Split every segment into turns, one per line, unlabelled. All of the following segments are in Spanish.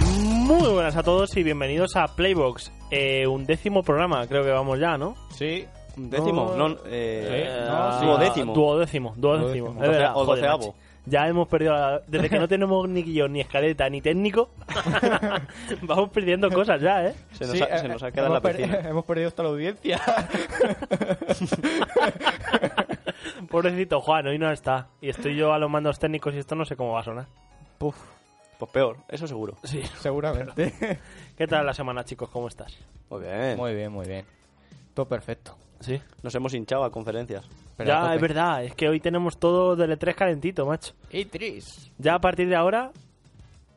Muy buenas a todos y bienvenidos a Playbox, eh, undécimo programa, creo que vamos ya, ¿no?
Sí, un décimo.
No.
No, eh,
Eh,
no,
ah,
duodécimo.
Duodécimo, duodécimo.
Duodécimo.
es verdad,
O doce- o
joder,
doceavo.
macho. Ya hemos perdido la- Desde que no tenemos ni guión, ni escaleta, ni técnico, vamos perdiendo cosas ya, ¿eh?
se, nos
Sí,
ha,
eh,
se nos ha
eh,
quedado en la
hemos per-
piscina.
hemos perdido hasta la audiencia.
Pobrecito Juan, hoy no está. Y estoy yo a los mandos técnicos y esto no sé cómo va a sonar.
Puf,
Pues peor, eso seguro.
Sí.
seguramente.
¿Qué tal la semana, chicos? ¿Cómo estás?
Muy bien.
muy bien, muy bien. Todo perfecto.
Sí.
Nos hemos hinchado a conferencias.
Pero a
ya,
tope.
es verdad, es que hoy tenemos todo del E3 calentito, macho.
Y Tris.
Ya a partir de ahora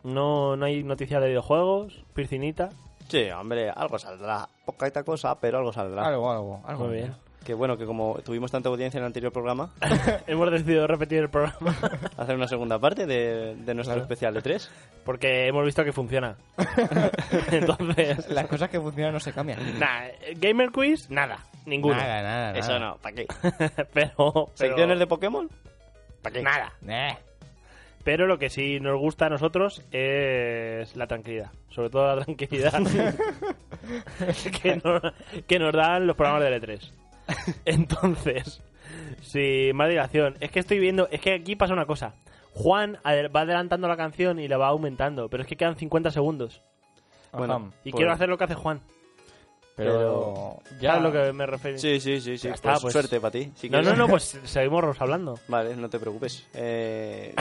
no, no hay noticias de videojuegos, piscinita.
Sí, hombre, algo saldrá. Pocaita cosa, pero algo saldrá.
Algo, algo,
Ah,
algo.
Muy bien.
Que bueno, que como tuvimos tanta audiencia en el anterior programa,
Hemos decidido repetir el programa
hacer una segunda parte de, de nuestro
Claro.
especial de tres.
porque hemos visto que funciona. Entonces,
Las cosas que funcionan no se cambian.
nada, gamer quiz, nada, ninguno.
Nada, nada, nada.
Eso no, ¿para qué?
pero, pero
¿Secciones de Pokémon? ¿Para qué?
nada.
Eh,
Pero lo que sí nos gusta a nosotros es la tranquilidad, sobre todo la tranquilidad que, nos, que nos dan los programas de L3. Entonces, sin más dilación, es que estoy viendo, es que aquí pasa una cosa. Juan adel- va adelantando la canción y la va aumentando, pero es que quedan 50 segundos.
Bueno,
ajam.
Y
Pues-
quiero hacer lo que hace Juan.
pero...
Ya. ¿Sabes lo que me refiero?
Sí, sí, sí, sí.
Ya está,
pues
pues.
suerte para ti. si
No, no,
quieres.
no, pues seguimos hablando.
Vale, no te preocupes. Eh,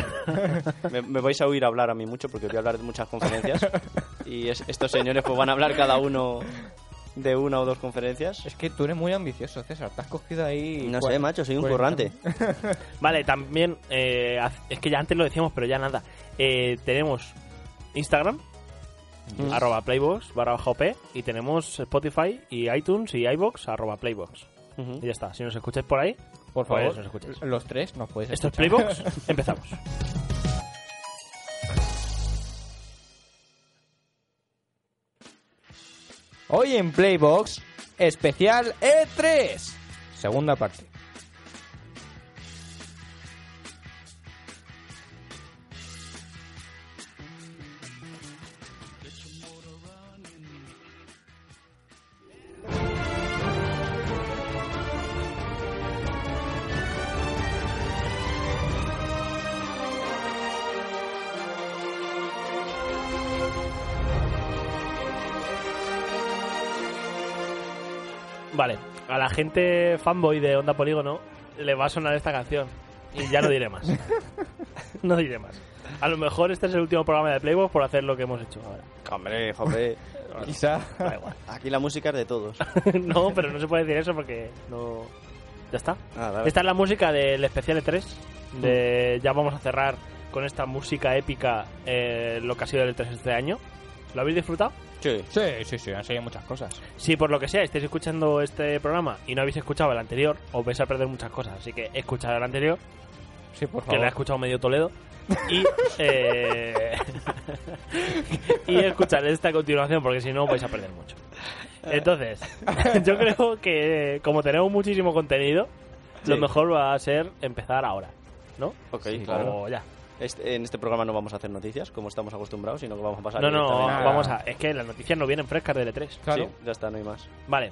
me, me vais a oír hablar a mí mucho porque voy a hablar de muchas conferencias. Y es- estos señores pues van a hablar cada uno de una o dos conferencias.
Es que tú eres muy ambicioso, César. Te has cogido ahí...
No
pues,
cua-
sé, macho, soy un
cuarenta-
currante.
Vale, también, eh, haz- es que ya antes lo decíamos, pero ya nada. Eh, tenemos Instagram,
Mm.
arroba playbox, barra baja OP, y tenemos Spotify y iTunes y iBox, arroba playbox.
Ujú.
Y ya está, si nos escucháis por ahí,
Por
Pues
favor,
nos escuches.
los tres nos puedes
esto es
escuchar.
playbox, empezamos.
Hoy en Playbox, especial E3. Segunda parte.
Vale, a la gente fanboy de Onda Polígono le va a sonar esta canción, y ya no diré más. no diré más. A lo mejor este es el último programa de Playbox por hacer lo que hemos hecho ahora.
Hombre, joder.
Quizá...
Aquí la música es de todos.
no, pero no se puede decir eso porque no... Ya está.
Ah, vale.
Esta es la música del especial 3
Mm.
De, ya vamos a cerrar con esta música épica eh, lo que ha sido el 3 este año. ¿Lo habéis disfrutado?
Sí.
Sí, sí, sí, han salido muchas cosas.
Si por lo que sea estáis escuchando este programa y no habéis escuchado el anterior, os vais a perder muchas cosas. Así que escuchad el anterior,
Sí, por
que
favor.
le ha escuchado medio Toledo. Y, eh, y escuchar esta continuación, porque si no vais a perder mucho. Entonces, yo creo que como tenemos muchísimo contenido, lo
Sí.
mejor va a ser empezar ahora, ¿no?
Ok,
Sí,
claro.
O ya.
Este- en este programa no vamos a hacer noticias, como estamos acostumbrados, sino que vamos a pasar.
No, no,
directamente.
nada.
vamos a. Es que las noticias no vienen frescas de L3.
Claro.
Sí, ya está, no hay más.
Vale.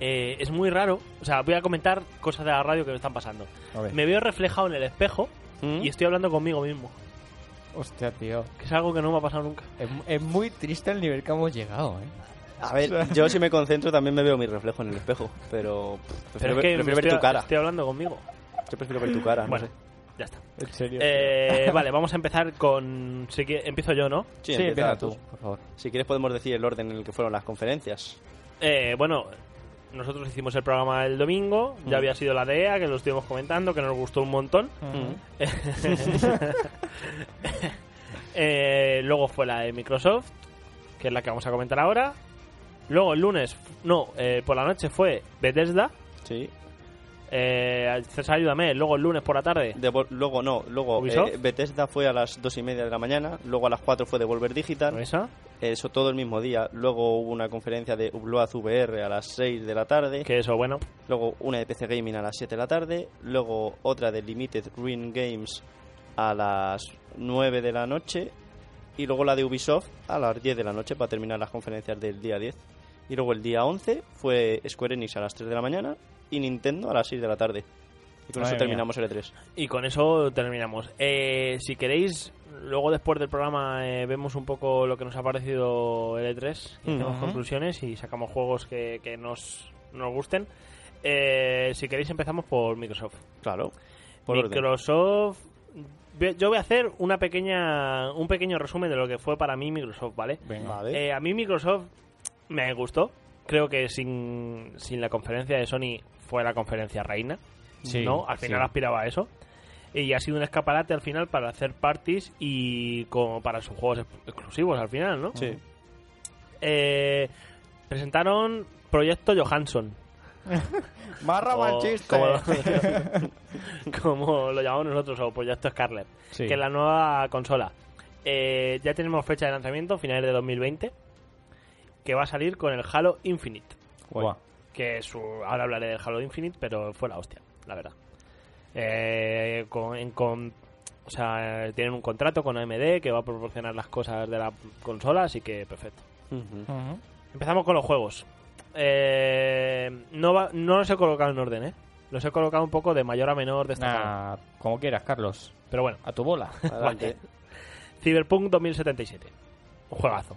Eh, es muy raro. O sea, voy a comentar cosas de la radio que me están pasando.
A
Pues.
ver.
Me veo reflejado en el espejo
¿Mm?
y estoy hablando conmigo mismo.
Hostia, tío.
Que es algo que no me ha pasado nunca.
Es, es muy triste el nivel que hemos llegado, ¿eh?
A ver, yo si me concentro también me veo mi reflejo en el espejo, pero pff,
Pero
prefiero,
es que
ver-
me
prefiero ver
estoy,
tu cara.
estoy hablando conmigo.
Yo prefiero ver tu cara, no
bueno,
sé.
ya está.
En serio.
Eh, vale, vamos a empezar con. Si que, empiezo yo, ¿no?
Sí,
sí,
empieza
empieza
tú.
tú, por favor.
Si quieres podemos decir el orden en el que fueron las conferencias.
Eh, bueno, nosotros hicimos el programa el domingo. Ya
Mm.
había sido la DEA, que lo estuvimos comentando, que nos gustó un montón.
Mm-hmm.
Eh, luego fue la de Microsoft, que es la que vamos a comentar ahora. Luego el lunes, no, eh, por la noche fue Bethesda.
Sí.
Eh, César, ayúdame. Luego el lunes por la tarde.
Devol- luego no, luego
¿Ubisoft?
eh, Bethesda fue a las dos y media de la mañana, luego a las 4 fue Devolver Digital,
Esa,
eso todo el mismo día, luego hubo una conferencia de Ubloaz VR a las 6 de la tarde,
que eso, bueno.
luego una de PC Gaming a las 7 de la tarde, luego otra de Limited Green Games a las 9 de la noche y luego la de Ubisoft a las 10 de la noche para terminar las conferencias del día 10. Y luego el día 11 fue Square Enix a las 3 de la mañana y Nintendo a las 6 de la tarde. Y con eso
Madre mía.
terminamos el E E3.
Y con eso terminamos. Eh, si queréis, luego después del programa eh, vemos un poco lo que nos ha parecido el E3, y
Mm.
hacemos
Ajá.
conclusiones y sacamos juegos que, que nos, nos gusten. Eh, si queréis, empezamos por Microsoft.
Claro. Por orden.
Microsoft. ve- Yo voy a hacer una pequeña, un pequeño resumen de lo que fue para mí Microsoft, ¿vale?
Venga.
Vale.
Eh, a mí Microsoft me gustó. Creo que sin, sin la conferencia de Sony fue la conferencia reina.
Sí,
¿no? Al final
sí.
aspiraba a eso. Y ha sido un escaparate al final para hacer parties y como para sus juegos ex- exclusivos al final, ¿no?
Sí.
Eh, presentaron Proyecto Johansson.
Barra
o
machista.
Como, lo- como lo llamamos nosotros, o Proyecto Scarlet.
Sí.
Que es la nueva consola. Eh, ya tenemos fecha de lanzamiento, finales de 2020. Que va a salir con el Halo Infinite.
Guau.
que su, ahora hablaré del Halo Infinite, pero fue la hostia, la verdad. Eh, con, en- con- o sea, tienen un contrato con AMD que va a proporcionar las cosas de la consola, así que perfecto.
mm.
Ujú.
Ujú.
Empezamos con los juegos. Eh, no, va- no los he colocado en orden, ¿eh? Los he colocado un poco de mayor a menor destacado.
Nah, como quieras, Carlos.
Pero bueno,
A tu bola.
Adelante.
Cyberpunk 2077. Un juegazo.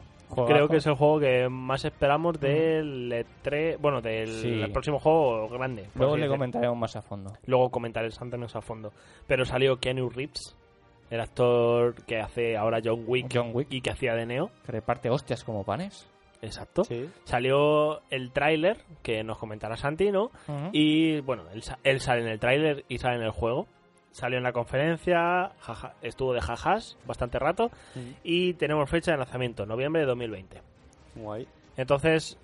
Juegazo.
Creo que es el juego que más esperamos del E3 bueno, del
Sí.
próximo juego grande. por
Luego
así
le
decirlo.
comentaremos más a fondo.
Luego comentaré Santana a fondo. Pero salió Keanu Reeves, el actor que hace ahora John Wick
John Wick,
y que hacía de Neo.
que reparte hostias como panes.
Exacto.
Sí.
Salió el tráiler, que nos comentará Santi, ¿no?
Y
Y bueno, él, sa- él sale en el tráiler y sale en el juego. Salió en la conferencia, jaja- estuvo de jajas bastante rato.
Ujú.
Mm.
Y tenemos fecha de lanzamiento, noviembre de 2020.
Guay.
Entonces,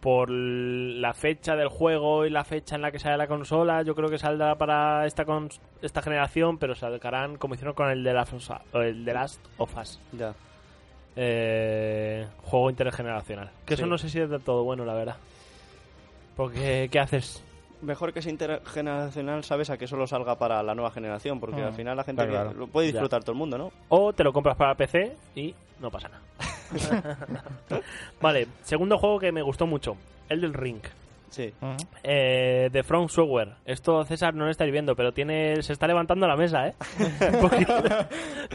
por la fecha del juego y la fecha en la que sale la consola, yo creo que saldrá para esta cons- esta generación, pero saldrán como hicieron con el de, la, el de Last of Us.
Ya.
Eh, juego intergeneracional. Que eso
Sí.
no sé si es del todo bueno, la verdad. Porque, ¿qué haces?
Mejor que sea intergeneracional, sabes a que solo salga para la nueva generación, porque
Ah,
al final la gente
claro,
que-
claro.
lo puede
Ya.
disfrutar todo el mundo, ¿no?
O te lo compras para PC y no pasa nada. vale, segundo juego que me gustó mucho, el del Ring.
Sí.
Eh, de From Software. Esto César no lo estáis viendo, pero tiene se está levantando la mesa, ¿eh? Porque,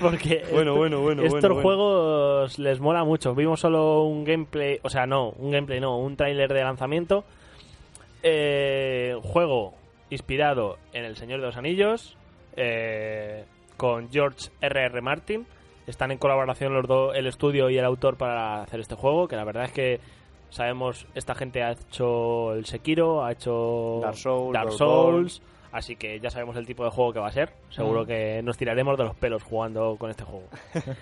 porque
Bueno, bueno, bueno,
estos
bueno, bueno.
juegos les mola mucho. Vimos solo un gameplay, o sea, no, un gameplay no, un tráiler de lanzamiento. Eh, juego inspirado en El Señor de los Anillos, eh, con George R.R. Martin. Están en colaboración los dos, el estudio y el autor para hacer este juego, que la verdad es que sabemos, esta gente ha hecho el Sekiro, ha hecho
Dark Souls,
Dark
Bloodborne.
Souls, así que ya sabemos el tipo de juego que va a ser. Seguro
Mm.
que nos tiraremos de los pelos jugando con este juego.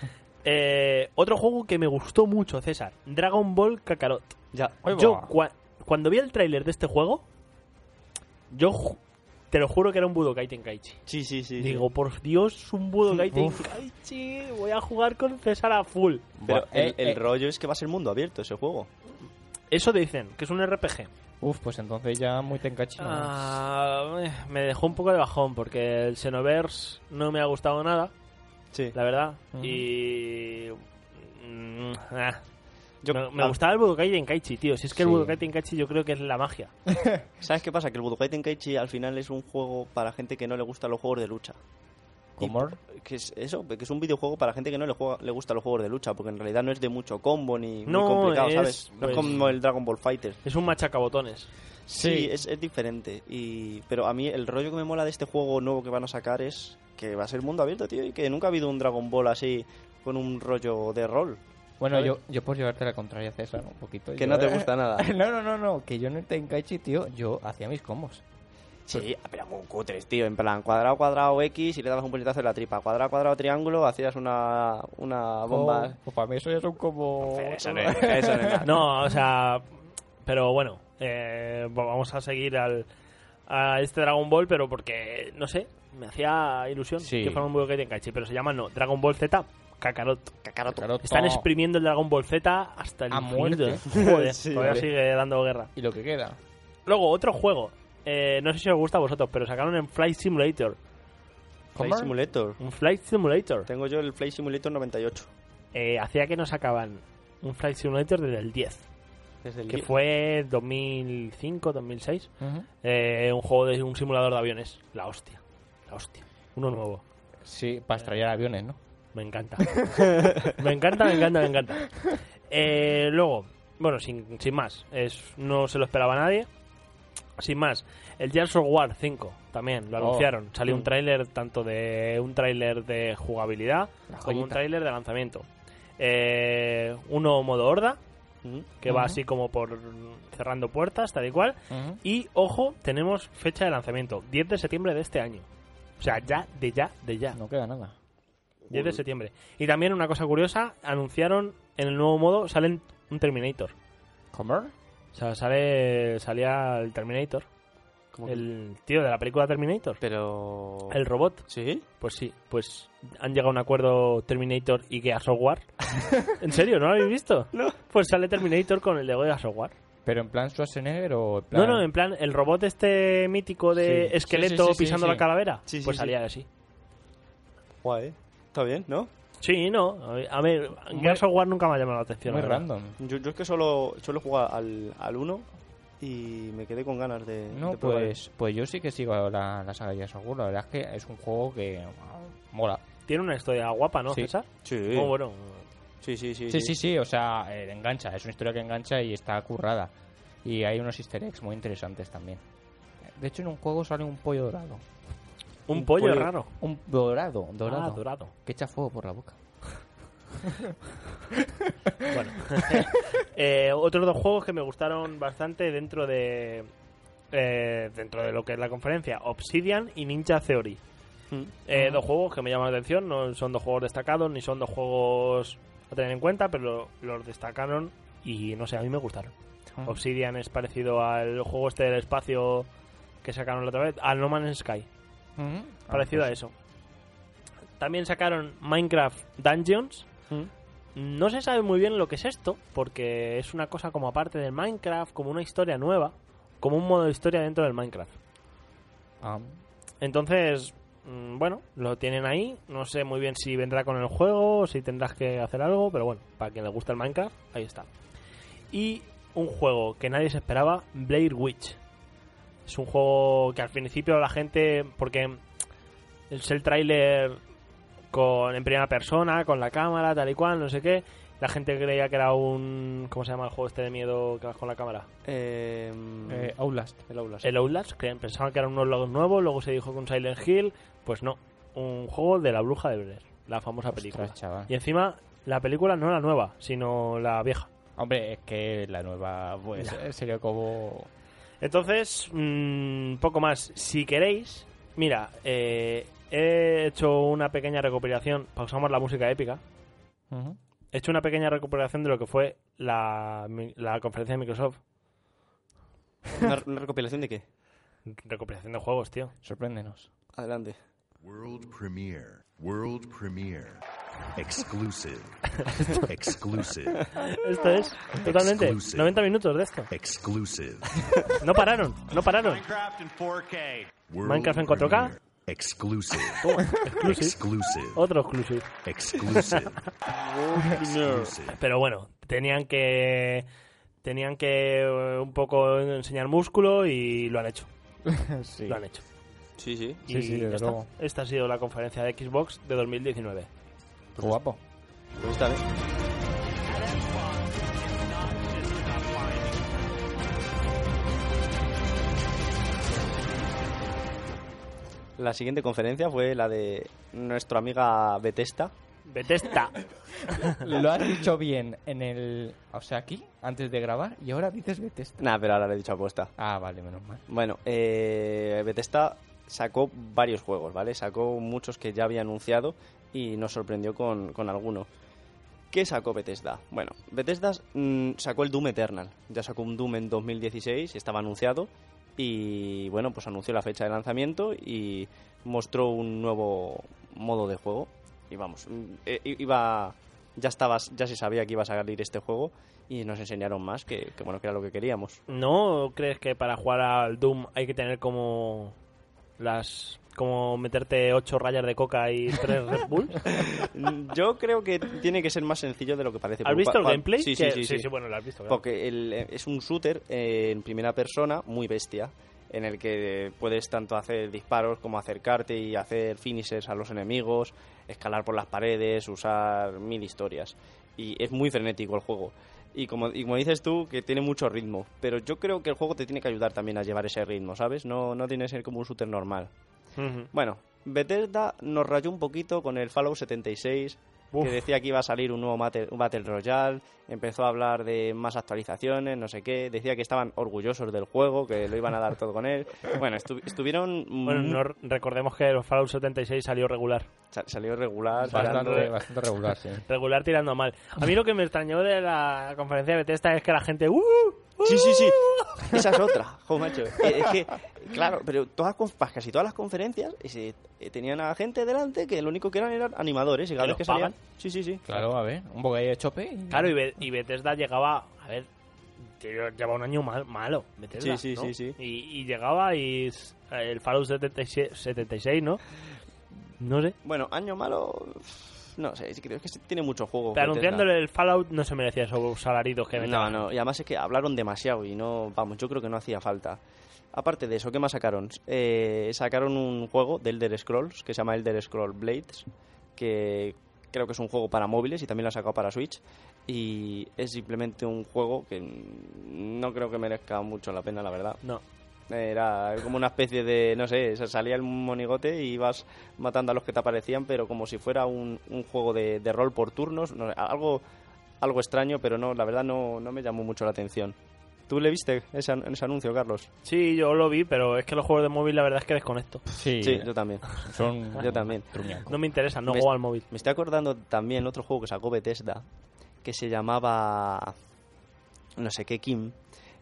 Eh, otro juego que me gustó mucho, César, Dragon Ball Kakarot.
Ya.
Ahí va.
Yo, cua- cuando vi el tráiler de este juego, yo ju- te lo juro que era un Budokai Tenkaichi.
Sí, sí, sí. sí.
Digo, por Dios, un Budokai
Uf.
Tenkaichi, voy a jugar con César a full.
Pero
Buah,
el,
eh,
el
eh.
rollo es que va a ser mundo abierto ese juego.
Eso dicen, que es un RPG.
Uf, pues entonces ya muy tencachino.
Ah, eh, me dejó un poco de bajón porque el Xenoverse no me ha gustado nada,
Sí.
la verdad.
Ujú.
Y. mm, ah.
Yo-
me, me
ah,
gustaba el Budokai Tenkaichi, tío. Si es que el
Sí.
Budokai Tenkaichi yo creo que es la magia.
¿Sabes qué pasa? Que el Budokai Tenkaichi al final es un juego para gente que no le gustan los juegos de lucha.
¿Cómo?
Que es eso, que es un videojuego para gente que no le, juega- le gusta los juegos de lucha, porque en realidad no es de mucho combo ni muy
No,
complicado,
es,
¿sabes? No
pues-
es como el Dragon Ball Fighter.
Es un machacabotones.
Sí,
Sí.
es, es diferente. Y, pero a mí el rollo que me mola de este juego nuevo que van a sacar es que va a ser mundo abierto, tío, y que nunca ha habido un Dragon Ball así con un rollo de rol.
Bueno,
¿Sabes?
yo, yo por llevarte la contraria, César, un poquito.
Que
yo- eh.
no te gusta nada.
No, no, no, no, que yo en el Tenkaichi, tío, yo hacía mis combos.
Sí, pero muy cutres, tío. En plan, cuadrado, cuadrado, X y le dabas un puñetazo en la tripa. Cuadrado, cuadrado, triángulo, hacías una, una bomba.
Oh, pues para mí eso ya son como...
Eso no es- eso no es nada.
No, o sea. Pero bueno, eh, va- vamos a seguir al, a este Dragon Ball, pero porque, no sé, me hacía ilusión
Sí.
que fuera un Budokai Tenkaichi. Pero se llama no, Dragon Ball Z Kakarot.
Kakaroto.
Claro,
Están
to-
exprimiendo el Dragon Ball Z hasta el
A
infinito,
muerte.
¿eh? Joder,
Sí,
todavía
vale.
sigue dando guerra.
Y lo que queda.
Luego, otro juego. Eh, no sé si os gusta a vosotros, pero sacaron en Flight Simulator.
Flight Simulator.
Un Flight Simulator.
Tengo yo el Flight Simulator 98.
eh, hacía que no sacaban un Flight Simulator desde el 10,
Desde el
que
día-
fue 2005, 2006.
Ujú.
Eh, un juego de un simulador de aviones. La hostia. La hostia. Uno nuevo.
Sí, para estrellar aviones, ¿no?
Me encanta. me encanta, me encanta, me encanta. Eh, luego, bueno, sin, sin más. Es, no se lo esperaba nadie. Sin más, el Gears of War 5 también lo
Oh.
anunciaron. Salió un
Mm.
tráiler tanto de un tráiler de jugabilidad
La
como un
joyita.
tráiler de lanzamiento. Eh, uno modo horda,
Mm.
que va
Ujú.
así como por cerrando puertas, tal y cual.
Ujú.
Y ojo, tenemos fecha de lanzamiento, 10 de septiembre de este año. O sea, ya, de ya, de ya.
No queda nada.
10 de septiembre. Y también una cosa curiosa, anunciaron en el nuevo modo, salen un Terminator.
¿Comer?
O sea, sale, salía el Terminator.
¿Cómo que-
El tío de la película Terminator.
Pero...
Oh.
El robot.
¿Sí?
Pues sí, pues han llegado a un acuerdo Terminator y Gears of War. ¿En serio? ¿No lo habéis visto? No. Pues sale Terminator con el de Gears of War.
¿Pero en plan Schwarzenegger o en plan...?
No, no, en plan, el robot este mítico de
Sí.
esqueleto
Sí, sí, sí,
pisando
sí,
la
sí.
calavera.
Sí, sí,
pues
sí.
salía así.
Guay. Está bien, ¿no?
Sí, no. A ver, a ver,
Muy-
Gears of War nunca me ha llamado la atención.
Muy
la verdad.
random.
Yo, yo es que solo, solo he jugado al, al 1 y me quedé con ganas de...
No,
de probar.
pues, pues yo sí que sigo la, la saga de Gears of War. La verdad es que es un juego que mola.
Tiene una historia guapa, ¿no,
Sí.
César?
Sí.
Muy Oh, bueno.
sí, sí, sí.
Oh, Sí, sí, sí, o sea, eh, engancha. Es una historia que engancha y está currada. Y hay unos easter eggs muy interesantes también. De hecho, en un juego sale un pollo dorado.
Un,
Un
pollo,
pollo
raro.
Un dorado, dorado.
Ah, dorado.
Que echa fuego por la boca.
Bueno. Eh, otros dos juegos que me gustaron bastante dentro de eh, dentro de lo que es la conferencia, Obsidian y Ninja Theory.
Mm.
Eh, Dos juegos que me llaman la atención, no son dos juegos destacados, ni son dos juegos a tener en cuenta, pero los destacaron y no sé, a mí me gustaron.
Ujú.
Obsidian es parecido al juego este del espacio que sacaron la otra vez, al No Man's Sky.
Ujú.
parecido
Ah,
a eso. También sacaron Minecraft Dungeons.
Mm.
No se sabe muy bien lo que es esto, porque es una cosa como aparte del Minecraft, como una historia nueva, como un modo de historia dentro del Minecraft.
pues, ah,
Entonces, mm, bueno, lo tienen ahí. No sé muy bien si vendrá con el juego o si tendrás que hacer algo, pero bueno, para quien le gusta el Minecraft, ahí está. Y un juego que nadie se esperaba, Blair Witch. Es un juego que al principio la gente, porque es el tráiler con en primera persona, con la cámara, tal y cual, no sé qué. La gente creía que era un... ¿Cómo se llama el juego este de miedo que vas con la cámara?
Eh,
eh, Outlast.
el Outlast.
El Outlast, que pensaban que eran unos logos nuevos, luego se dijo con Silent Hill, pues no, un juego de la bruja de Blair, la famosa película.
Ostras, chaval.
y encima, la película no la nueva, sino la vieja.
Hombre, es que la nueva, pues, eh, sería como...
Entonces, mm, poco más. Si queréis, mira, eh, he hecho una pequeña recopilación, pausamos la música épica,
Ujú.
he hecho una pequeña recopilación de lo que fue la, mi- la conferencia de Microsoft.
¿Una, una recopilación de qué?
Recopilación de juegos, tío.
Sorpréndenos.
Adelante.
World premiere. World premiere. Exclusive. Exclusive.
Esto es totalmente
Exclusive.
90 minutos de esto.
Exclusive.
No pararon, no pararon.
Minecraft in 4K.
World
Minecraft en Oh, 4K.
premiere. Exclusive.
Exclusive.
Exclusive.
Otro exclusive.
Exclusive. Exclusive.
Pero bueno, tenían que. Tenían que eh, un poco enseñar músculo y lo han hecho.
sí.
Lo han hecho.
Sí, sí.
Sí,
Y
sí, desde
ya está.
luego.
Esta ha sido la conferencia de Xbox de 2019.
Guapo.
Pues está bien. La siguiente conferencia fue la de nuestra amiga Bethesda.
Bethesda.
Lo has dicho bien en el... O sea, aquí, antes de grabar, y ahora dices Bethesda.
Nah, pero ahora le he dicho apuesta.
Ah, vale, menos mal.
Bueno, eh, Bethesda sacó varios juegos, ¿vale? Sacó muchos que ya había anunciado y nos sorprendió con, con alguno. ¿Qué sacó Bethesda? Bueno, Bethesda mm, sacó el Doom Eternal. Ya sacó un Doom en 2016, estaba anunciado. Y bueno, pues anunció la fecha de lanzamiento y mostró un nuevo modo de juego. Y vamos, mm, eh, iba. Ya, estaba, ya se sabía que iba a salir este juego y nos enseñaron más, que, que bueno, que era lo que queríamos.
¿No crees que para jugar al Doom hay que tener como las como meterte ocho rayas de coca y tres Red Bulls.
Mm, Yo creo que tiene que ser más sencillo de lo que parece.
¿Has visto
Pa-
el
pa-
gameplay?
Sí, sí,
Que-
sí, sí.
bueno, lo has visto. claro.
Porque el- es un shooter eh, en primera persona muy bestia, en el que puedes tanto hacer disparos como acercarte y hacer finishes a los enemigos, escalar por las paredes, usar mil historias. Y es muy frenético el juego. Y como, y como dices tú, que tiene mucho ritmo. Pero yo creo que el juego te tiene que ayudar también a llevar ese ritmo, ¿sabes? No, no tiene que ser como un shooter normal.
Ujú.
Bueno, Bethesda nos rayó un poquito con el Fallout 76,
Uf.
que decía que iba a salir un nuevo mate- un Battle Royale, empezó a hablar de más actualizaciones, no sé qué, decía que estaban orgullosos del juego, que lo iban a dar todo con él. Bueno, estu- estuvieron...
Bueno,
mm,
no re- recordemos que los Fallout 76 salió regular.
sa- salió regular, tirando-
Bastante, bastante regular, sí.
Regular tirando a mal. A mí lo que me extrañó de la conferencia de Bethesda es que la gente... "Uh, uh".
Sí, sí, sí. Esa es otra, jo, macho. Eh, Es que, claro, pero todas, con- pa- casi todas las conferencias eh, eh, tenían a gente delante que lo único que eran eran animadores y cada
¿Que
vez
los
que salían...
pagan?
Sí, sí, sí.
Claro, a ver, un bocadillo de chope. y-
Claro, y, Be- y Bethesda llegaba... A ver, tío, lleva un año mal- malo. Bethesda,
Sí, sí,
¿no?
sí, sí.
Y, y llegaba y s- el Fallout 76, 76, ¿no? No sé.
Bueno, año malo. No sé, creo que tiene mucho juego.
Pero
Bethesda.
anunciándole el Fallout no se merecía esos salaritos que
No,
metían.
no, y además es que hablaron demasiado y no. Vamos, yo creo que no hacía falta. Aparte de eso, ¿qué más sacaron? Eh, sacaron un juego de Elder Scrolls que se llama Elder Scrolls Blades, que creo que es un juego para móviles y también lo ha sacado para Switch. Y es simplemente un juego que no creo que merezca mucho la pena, la verdad.
No.
Era como una especie de, no sé, se- salía el monigote y ibas matando a los que te aparecían, pero como si fuera un, un juego de, de rol por turnos, no sé, algo, algo extraño, pero no, la verdad no, no me llamó mucho la atención. ¿Tú le viste ese, an- ese anuncio, Carlos?
Sí, yo lo vi, pero es que los juegos de móvil la verdad es que desconecto.
Sí, eh,
Sí, yo también.
son.
Yo también.
truñaco.
No me interesa, no
Me-
juego al móvil.
Me estoy acordando también otro juego que sacó Bethesda, que se llamaba no sé qué Kim,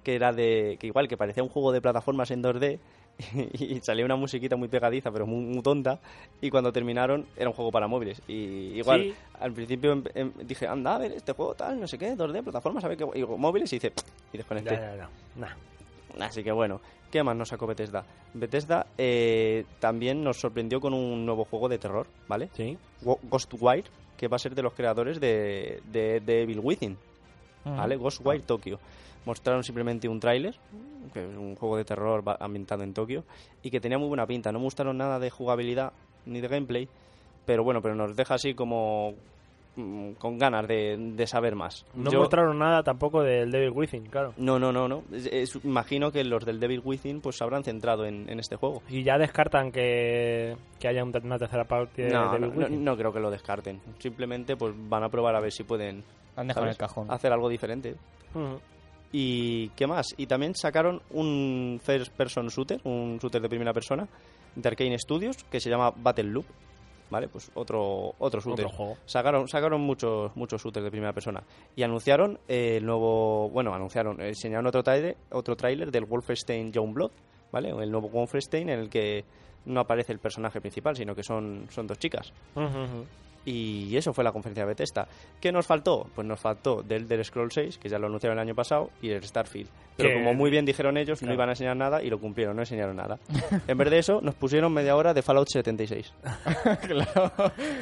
que era de que igual que parecía un juego de plataformas en 2D y, salía una musiquita muy pegadiza, pero muy, muy tonta, y cuando terminaron era un juego para móviles y igual
Sí.
al principio em- em- dije, anda, a ver este juego tal, no sé qué, 2D, plataformas, a ver qué guay", y digo, móviles y dice y desconecté.
Ya, ya, ya. Nah.
Así que bueno, ¿qué más nos sacó Bethesda? Bethesda eh, también nos sorprendió con un nuevo juego de terror, ¿vale?
Sí.
Wo- Ghostwire, que va a ser de los creadores de, de, de Evil Within,
Mm.
¿vale?
Ah.
Ghostwire Tokyo. Mostraron simplemente un tráiler, que es un juego de terror va- ambientado en Tokio, y que tenía muy buena pinta. No me gustaron nada de jugabilidad ni de gameplay, pero bueno, pero nos deja así como mm, con ganas de, de saber más.
No
Yo-
mostraron nada tampoco del Devil Within, claro.
No, no, no, no. Es- es- imagino que los del Devil Within pues se habrán centrado en, en este juego.
Y ya descartan que, que haya un- una tercera parte de
No, no,
Eh, Devil
no,
Within.
no creo que lo descarten. Simplemente pues van a probar a ver si pueden
Han dejado en
¿sabes?
el
Ah,
cajón.
hacer algo diferente.
Ujú.
¿Y qué más? Y también sacaron un first person shooter, un shooter de primera persona, de Arcane Studios, que se llama Battle Loop. ¿Vale? Pues otro, otro shooter.
Otro juego.
Sacaron, sacaron muchos, muchos shooters de primera persona. Y anunciaron eh, el nuevo. Bueno, anunciaron, eh, enseñaron otro tráiler otro tráiler del Wolfenstein Youngblood, ¿vale? El nuevo Wolfenstein en el que no aparece el personaje principal, sino que son, son dos chicas.
Ujú, ujú.
Y eso fue la conferencia de Bethesda. ¿Qué nos faltó? Pues nos faltó del Elder Scrolls 6, que ya lo anunciaron el año pasado, y el Starfield. Pero
Que-
como muy bien dijeron ellos, no
Claro.
iban a enseñar nada y lo cumplieron, no enseñaron nada. en vez de eso, nos pusieron media hora de Fallout 76.
claro.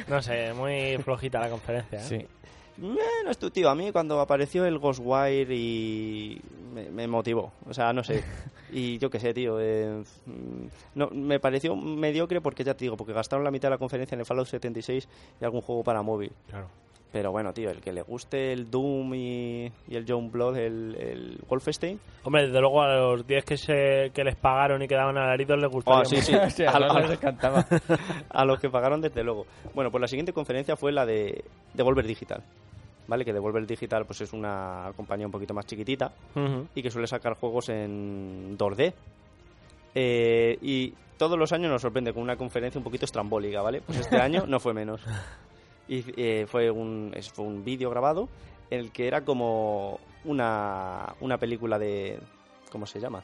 No sé, muy flojita la conferencia. ¿eh?
Sí.
Bueno, esto, tío, a mí cuando apareció el Ghostwire y me, me motivó, o sea, no sé. Y yo qué sé, tío, eh, mm, no, me pareció mediocre porque ya te digo, porque gastaron la mitad de la conferencia en el Fallout 76 y algún juego para móvil.
Claro.
Pero bueno, tío, el que le guste el Doom y, y el John Blood, el, el Wolfenstein.
Hombre, desde luego a los 10 que, se, que les pagaron y quedaban alaridos les gustaría.
Ah, sí,
mucho.
sí.
O sea,
a,
no les
a-
encantaba.
a los que pagaron, desde luego. Bueno, pues la siguiente conferencia fue la de Devolver Digital. ¿Vale? Que Devolver Digital pues es una compañía un poquito más chiquitita
Ujú.
y que suele sacar juegos en 2D. Eh, y todos los años nos sorprende con una conferencia un poquito estrambólica, ¿vale? Pues este año no fue menos. Y eh, fue un, es- fue un vídeo grabado en el que era como una, una película de... ¿Cómo se llama?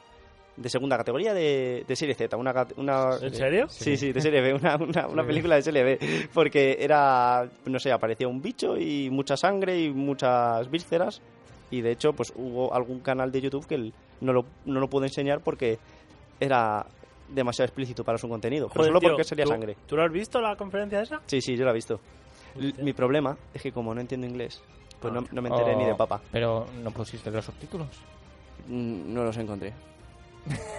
De segunda categoría de, de serie Z. Una, cat- una,
¿En serio?
Sí, sí, de serie B, una, una, una película de serie B, porque era, no sé, aparecía un bicho y mucha sangre y muchas vísceras, y de hecho, pues hubo algún canal de YouTube que el- no, lo, no lo pudo enseñar porque era demasiado explícito para su contenido.
Joder,
solo
tío,
porque salía
¿tú-
sangre.
¿Tú lo has visto la conferencia esa?
Sí, sí, yo la he visto. L-
Hostia.
mi problema es que como no entiendo inglés, pues
Ah,
no, no me enteré
Oh,
ni de papa.
Pero no pusiste los subtítulos.
Mm, No los encontré.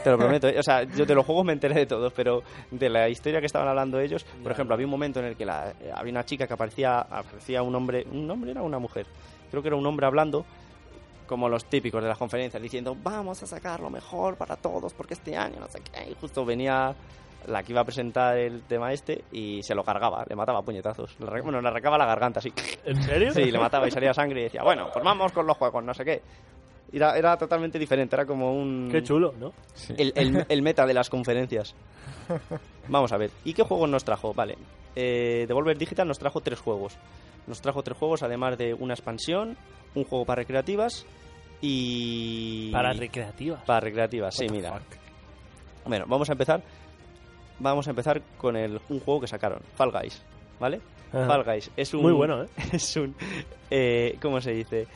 Te lo prometo. ¿eh? O sea, yo de los juegos me enteré de todos, pero de la historia que estaban hablando ellos, por ejemplo, había un momento en el que la- eh, había una chica que aparecía, aparecía un hombre, un hombre era una mujer, creo que era un hombre hablando, como los típicos de las conferencias, diciendo, vamos a sacar lo mejor para todos, porque este año no sé qué, y justo venía la que iba a presentar el tema este y se lo cargaba, le mataba a puñetazos, Le arranca- bueno, le arrancaba la garganta así.
¿En serio?
Sí, le mataba y salía sangre y decía, bueno, pues vamos con los juegos, no sé qué. Era, era totalmente diferente, era como un...
Qué chulo, ¿no?
El, el- el meta de las conferencias. Vamos a ver, ¿y qué juegos nos trajo? Vale, eh, Devolver Digital nos trajo tres juegos. Nos trajo tres juegos, además de una expansión, un juego para recreativas y...
Para recreativas.
Para recreativas, sí, mira. Bueno, vamos a empezar. Vamos a empezar con el, un juego que sacaron, Fall Guys, ¿vale?
Ajá.
Fall Guys es un
Ah. Muy bueno, ¿eh?
es un eh, ¿cómo se dice?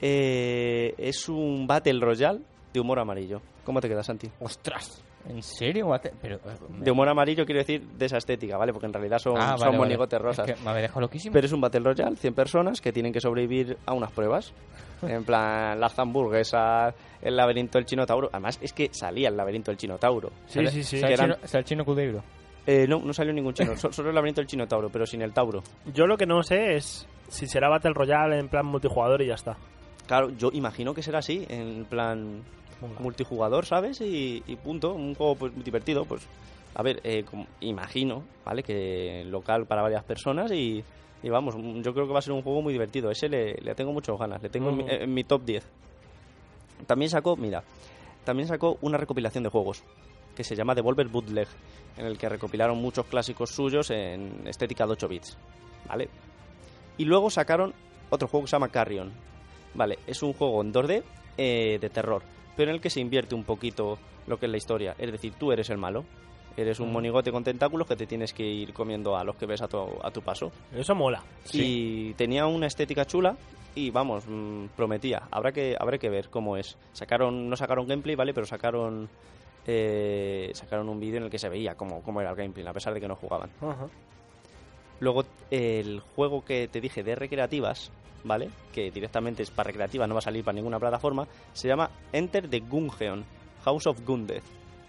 Eh, es un Battle Royale de humor amarillo. ¿Cómo te quedas, Santi?
Pues ¡Ostras! ¿En serio? Guate? Pero,
De humor amarillo quiero decir de esa estética, ¿vale? Porque en realidad son,
Ah, vale,
son
vale.
monigotes rosas.
Es que me había dejado loquísimo.
Pero es un Battle Royale, 100 personas que tienen que sobrevivir a unas pruebas. En plan, las hamburguesas, el laberinto del Chinotauro. Además, es que salía el laberinto del Chinotauro.
Sí, sí, sí.
¿Sale
que eran-
chino- sale chino Cudeiro?
Eh, no, no salió ningún chino, so- solo el laberinto del Chinotauro, pero sin el Tauro.
Yo lo que no sé es si será Battle Royale en plan multijugador y ya está.
Claro, yo imagino que será así, en plan multijugador, ¿sabes? Y, y punto, un juego pues, divertido, pues a ver, eh, como- imagino, ¿vale? Que local para varias personas y, y vamos, mm, yo creo que va a ser un juego muy divertido, ese le, le tengo muchas ganas, le tengo en mi-
Mm.
en mi top 10. También sacó, mira, también sacó una recopilación de juegos que se llama Devolver Bootleg, en el que recopilaron muchos clásicos suyos en estética de 8 bits, ¿vale? Y luego sacaron otro juego que se llama Carrion, ¿vale? Es un juego en 2D eh, de terror, pero en el que se invierte un poquito lo que es la historia, es decir, tú eres el malo, eres un monigote con tentáculos que te tienes que ir comiendo a los que ves a tu, a tu paso.
Eso mola.
Y tenía una estética chula y vamos, mm, prometía. Habrá que, habrá que ver cómo es. Sacaron, no sacaron gameplay, ¿vale? Pero sacaron eh, sacaron un vídeo en el que se veía cómo, cómo era el gameplay, a pesar de que no jugaban.
Ajá.
Luego el juego que te dije de recreativas, ¿vale? Que directamente es para recreativas, no va a salir para ninguna plataforma, se llama Enter the Gungeon, House of Gundeth.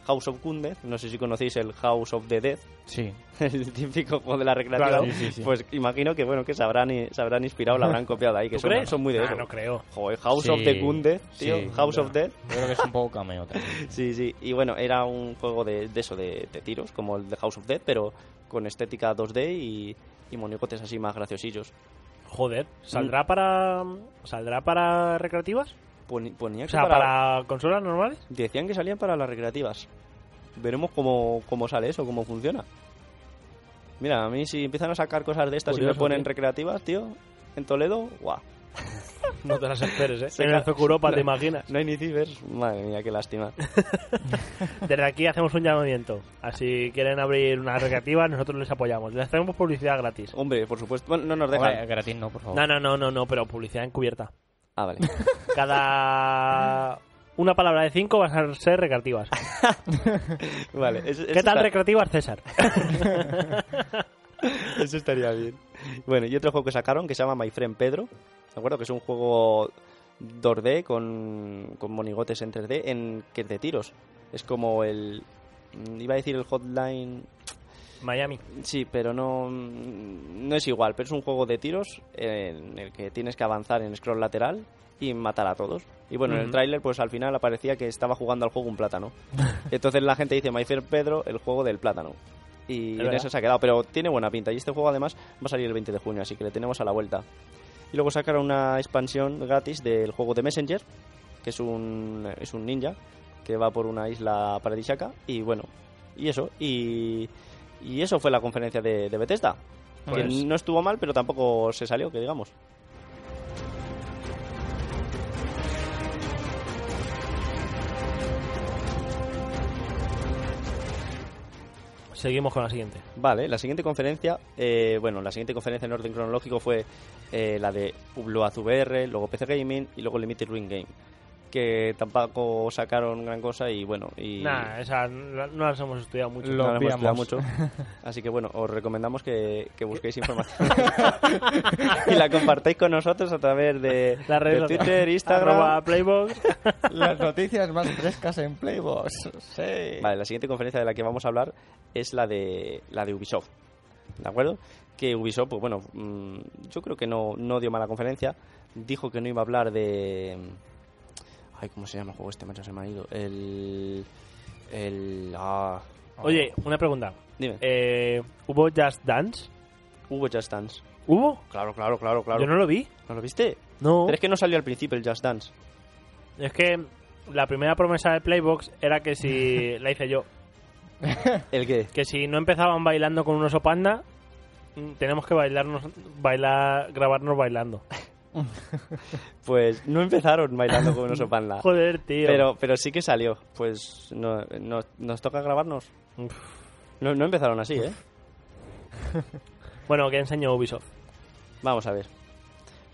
House of Gundeth, no sé si conocéis el House of the Death,
Sí.
el típico juego de la recreativa,
Claro,
sí, sí, sí.
pues imagino que bueno que se habrán, se habrán inspirado, la habrán copiado ahí, que
¿Tú
son,
crees?
son muy de
Ah,
eso.
no creo.
Joder, House of
Sí,
the Gundeth, tío,
sí,
House of
ya.
Death.
Yo creo que es un poco cameo también.
Sí, sí, y bueno, era un juego de, de eso, de, de tiros, como el de House of Death, pero con estética 2D y, y monigotes así más graciosillos.
Joder,
Mm.
¿saldrá para saldrá para recreativas?
Poni- ponía
O
que
sea,
para-
para consolas normales?
Decían que salían para las recreativas. Veremos cómo, cómo sale eso, cómo funciona. Mira, a mí si empiezan a sacar cosas de estas y me
Curioso,
ponen
tío.
recreativas, tío, en Toledo, guau.
No te las esperes, ¿eh?
Se
en el
ca-
Zoc Europa, ¿te imaginas?
No hay ni cibers. Madre mía, qué lástima.
Desde aquí hacemos un llamamiento. Así quieren abrir una recreativa, nosotros les apoyamos. Les hacemos publicidad gratis.
Hombre, por supuesto. Bueno, no nos dejan.
Oye, gratis no, por favor.
No, no, no, no, no, pero publicidad encubierta.
Ah, vale.
Cada una palabra de cinco van a ser recreativas.
vale. eso-
¿Qué
eso
tal
está-
recreativas, César?
Eso estaría bien. Bueno, y otro juego que sacaron que se llama My Friend Pedro. ¿De acuerdo? Que es un juego 2D con, con monigotes en 3D en, que es de tiros. Es como el... mm, Iba a decir el Hotline...
Miami.
Sí, pero no, mm, no es igual. Pero es un juego de tiros eh, en el que tienes que avanzar en scroll lateral y matar a todos. Y bueno, en el
Ujú.
tráiler pues al final aparecía que estaba jugando al juego un plátano. Entonces la gente dice My Fair Pedro, el juego del plátano. Y
Es
en
verdad.
eso se ha quedado, pero tiene buena pinta. Y este juego además va a salir el 20 de junio, así que le tenemos a la vuelta. Y luego sacaron una expansión gratis del juego de Messenger, que es un, es un ninja que va por una isla paradisíaca y bueno, y eso, y, y eso fue la conferencia de, de Bethesda. Que
Pues-
no estuvo mal, pero tampoco se salió, que digamos.
Seguimos con la siguiente.
Vale, la siguiente conferencia, eh, bueno, la siguiente conferencia en orden cronológico fue eh, la de Ubloaz VR, luego PC Gaming y luego Limited Ring Game. que tampoco sacaron gran cosa y bueno, y
Nah, esa no no las hemos estudiado mucho.
Lo-
no la hemos estudiado
pillamos.
mucho. Así que bueno, os recomendamos que, que busquéis información y la compartáis con nosotros a través de,
Las redes
de
sociales.
Twitter, Instagram.
Arroba Playbox.
Las noticias más frescas en Playbox. Sí.
Vale, la siguiente conferencia de la que vamos a hablar es la de la de Ubisoft. ¿De acuerdo? Que Ubisoft, pues bueno, mm, yo creo que no, no dio mala conferencia. Dijo que no iba a hablar de. Ay, ¿cómo se llama el juego este? Macho, se me ha ido. El. El. Ah.
Oye, una pregunta.
Dime.
Eh, ¿Hubo Just Dance?
Hubo Just Dance.
¿Hubo?
Claro, claro, claro, claro.
Yo no lo vi.
¿No lo viste?
No.
Pero es que no salió al principio el Just Dance.
Es que la primera promesa de Playbox era que si. la hice yo.
¿El qué?
Que si no empezaban bailando con un oso panda, mm, tenemos que bailarnos, bailar, grabarnos bailando.
Pues no empezaron bailando con un oso panda.
Joder, tío.
Ah. Pero, pero sí que salió. Pues no, no- nos toca grabarnos. No, no empezaron así, ¿eh?
Bueno, que enseñó Ubisoft.
Vamos a ver.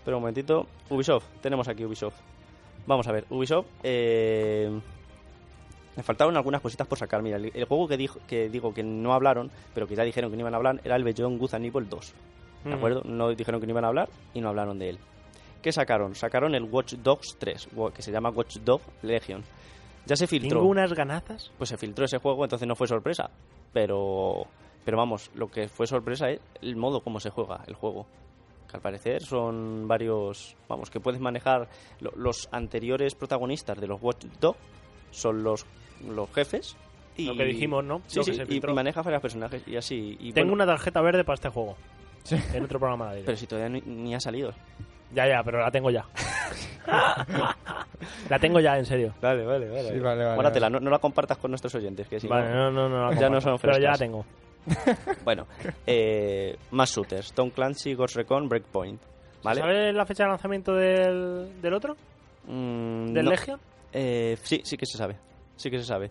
Pero un momentito. Ubisoft. Tenemos aquí Ubisoft. Vamos a ver. Ubisoft. Eh... Me faltaron algunas cositas por sacar. Mira, el, el juego que, dijo, que digo que no hablaron, pero que ya dijeron que no iban a hablar, era el Beyond Good and Evil 2. ¿De
Mm.
acuerdo? No dijeron que no iban a hablar y no hablaron de él. ¿Qué sacaron? Sacaron el Watch Dogs 3, wo- que se llama Watch Dog Legion. Ya se filtró.
¿Tengo unas ganazas?
Pues se filtró ese juego, entonces no fue sorpresa. Pero, pero vamos, lo que fue sorpresa es el modo como se juega el juego. Que al parecer son varios. Vamos, que puedes manejar. lo- los anteriores protagonistas de los Watch Dogs son los, los jefes. Y,
Lo que dijimos, ¿no?
Sí,
Lo que
sí,
se
y,
filtró.
y manejas varios personajes y así. y
Tengo
bueno,
una tarjeta verde para este juego.
Sí.
En otro programa de
Pero
aire.
si todavía ni, ni ha salido.
Ya, ya, pero la tengo ya. la tengo ya, en serio.
Vale, vale,
Sí, vale, vale,
Guárdatela,
vale.
no, no la compartas con nuestros oyentes. Que si
Vale,
no-
no, no, no. la
Ya
comparto.
no son
Pero ya la
frescas.
tengo.
Bueno, eh, más shooters: Tom Clancy, Ghost Recon, Breakpoint. ¿Vale?
¿Sabes la fecha de lanzamiento del, del otro?
Mm,
¿Del
no.
Legion?
Eh, sí, sí que se sabe. Sí que se sabe.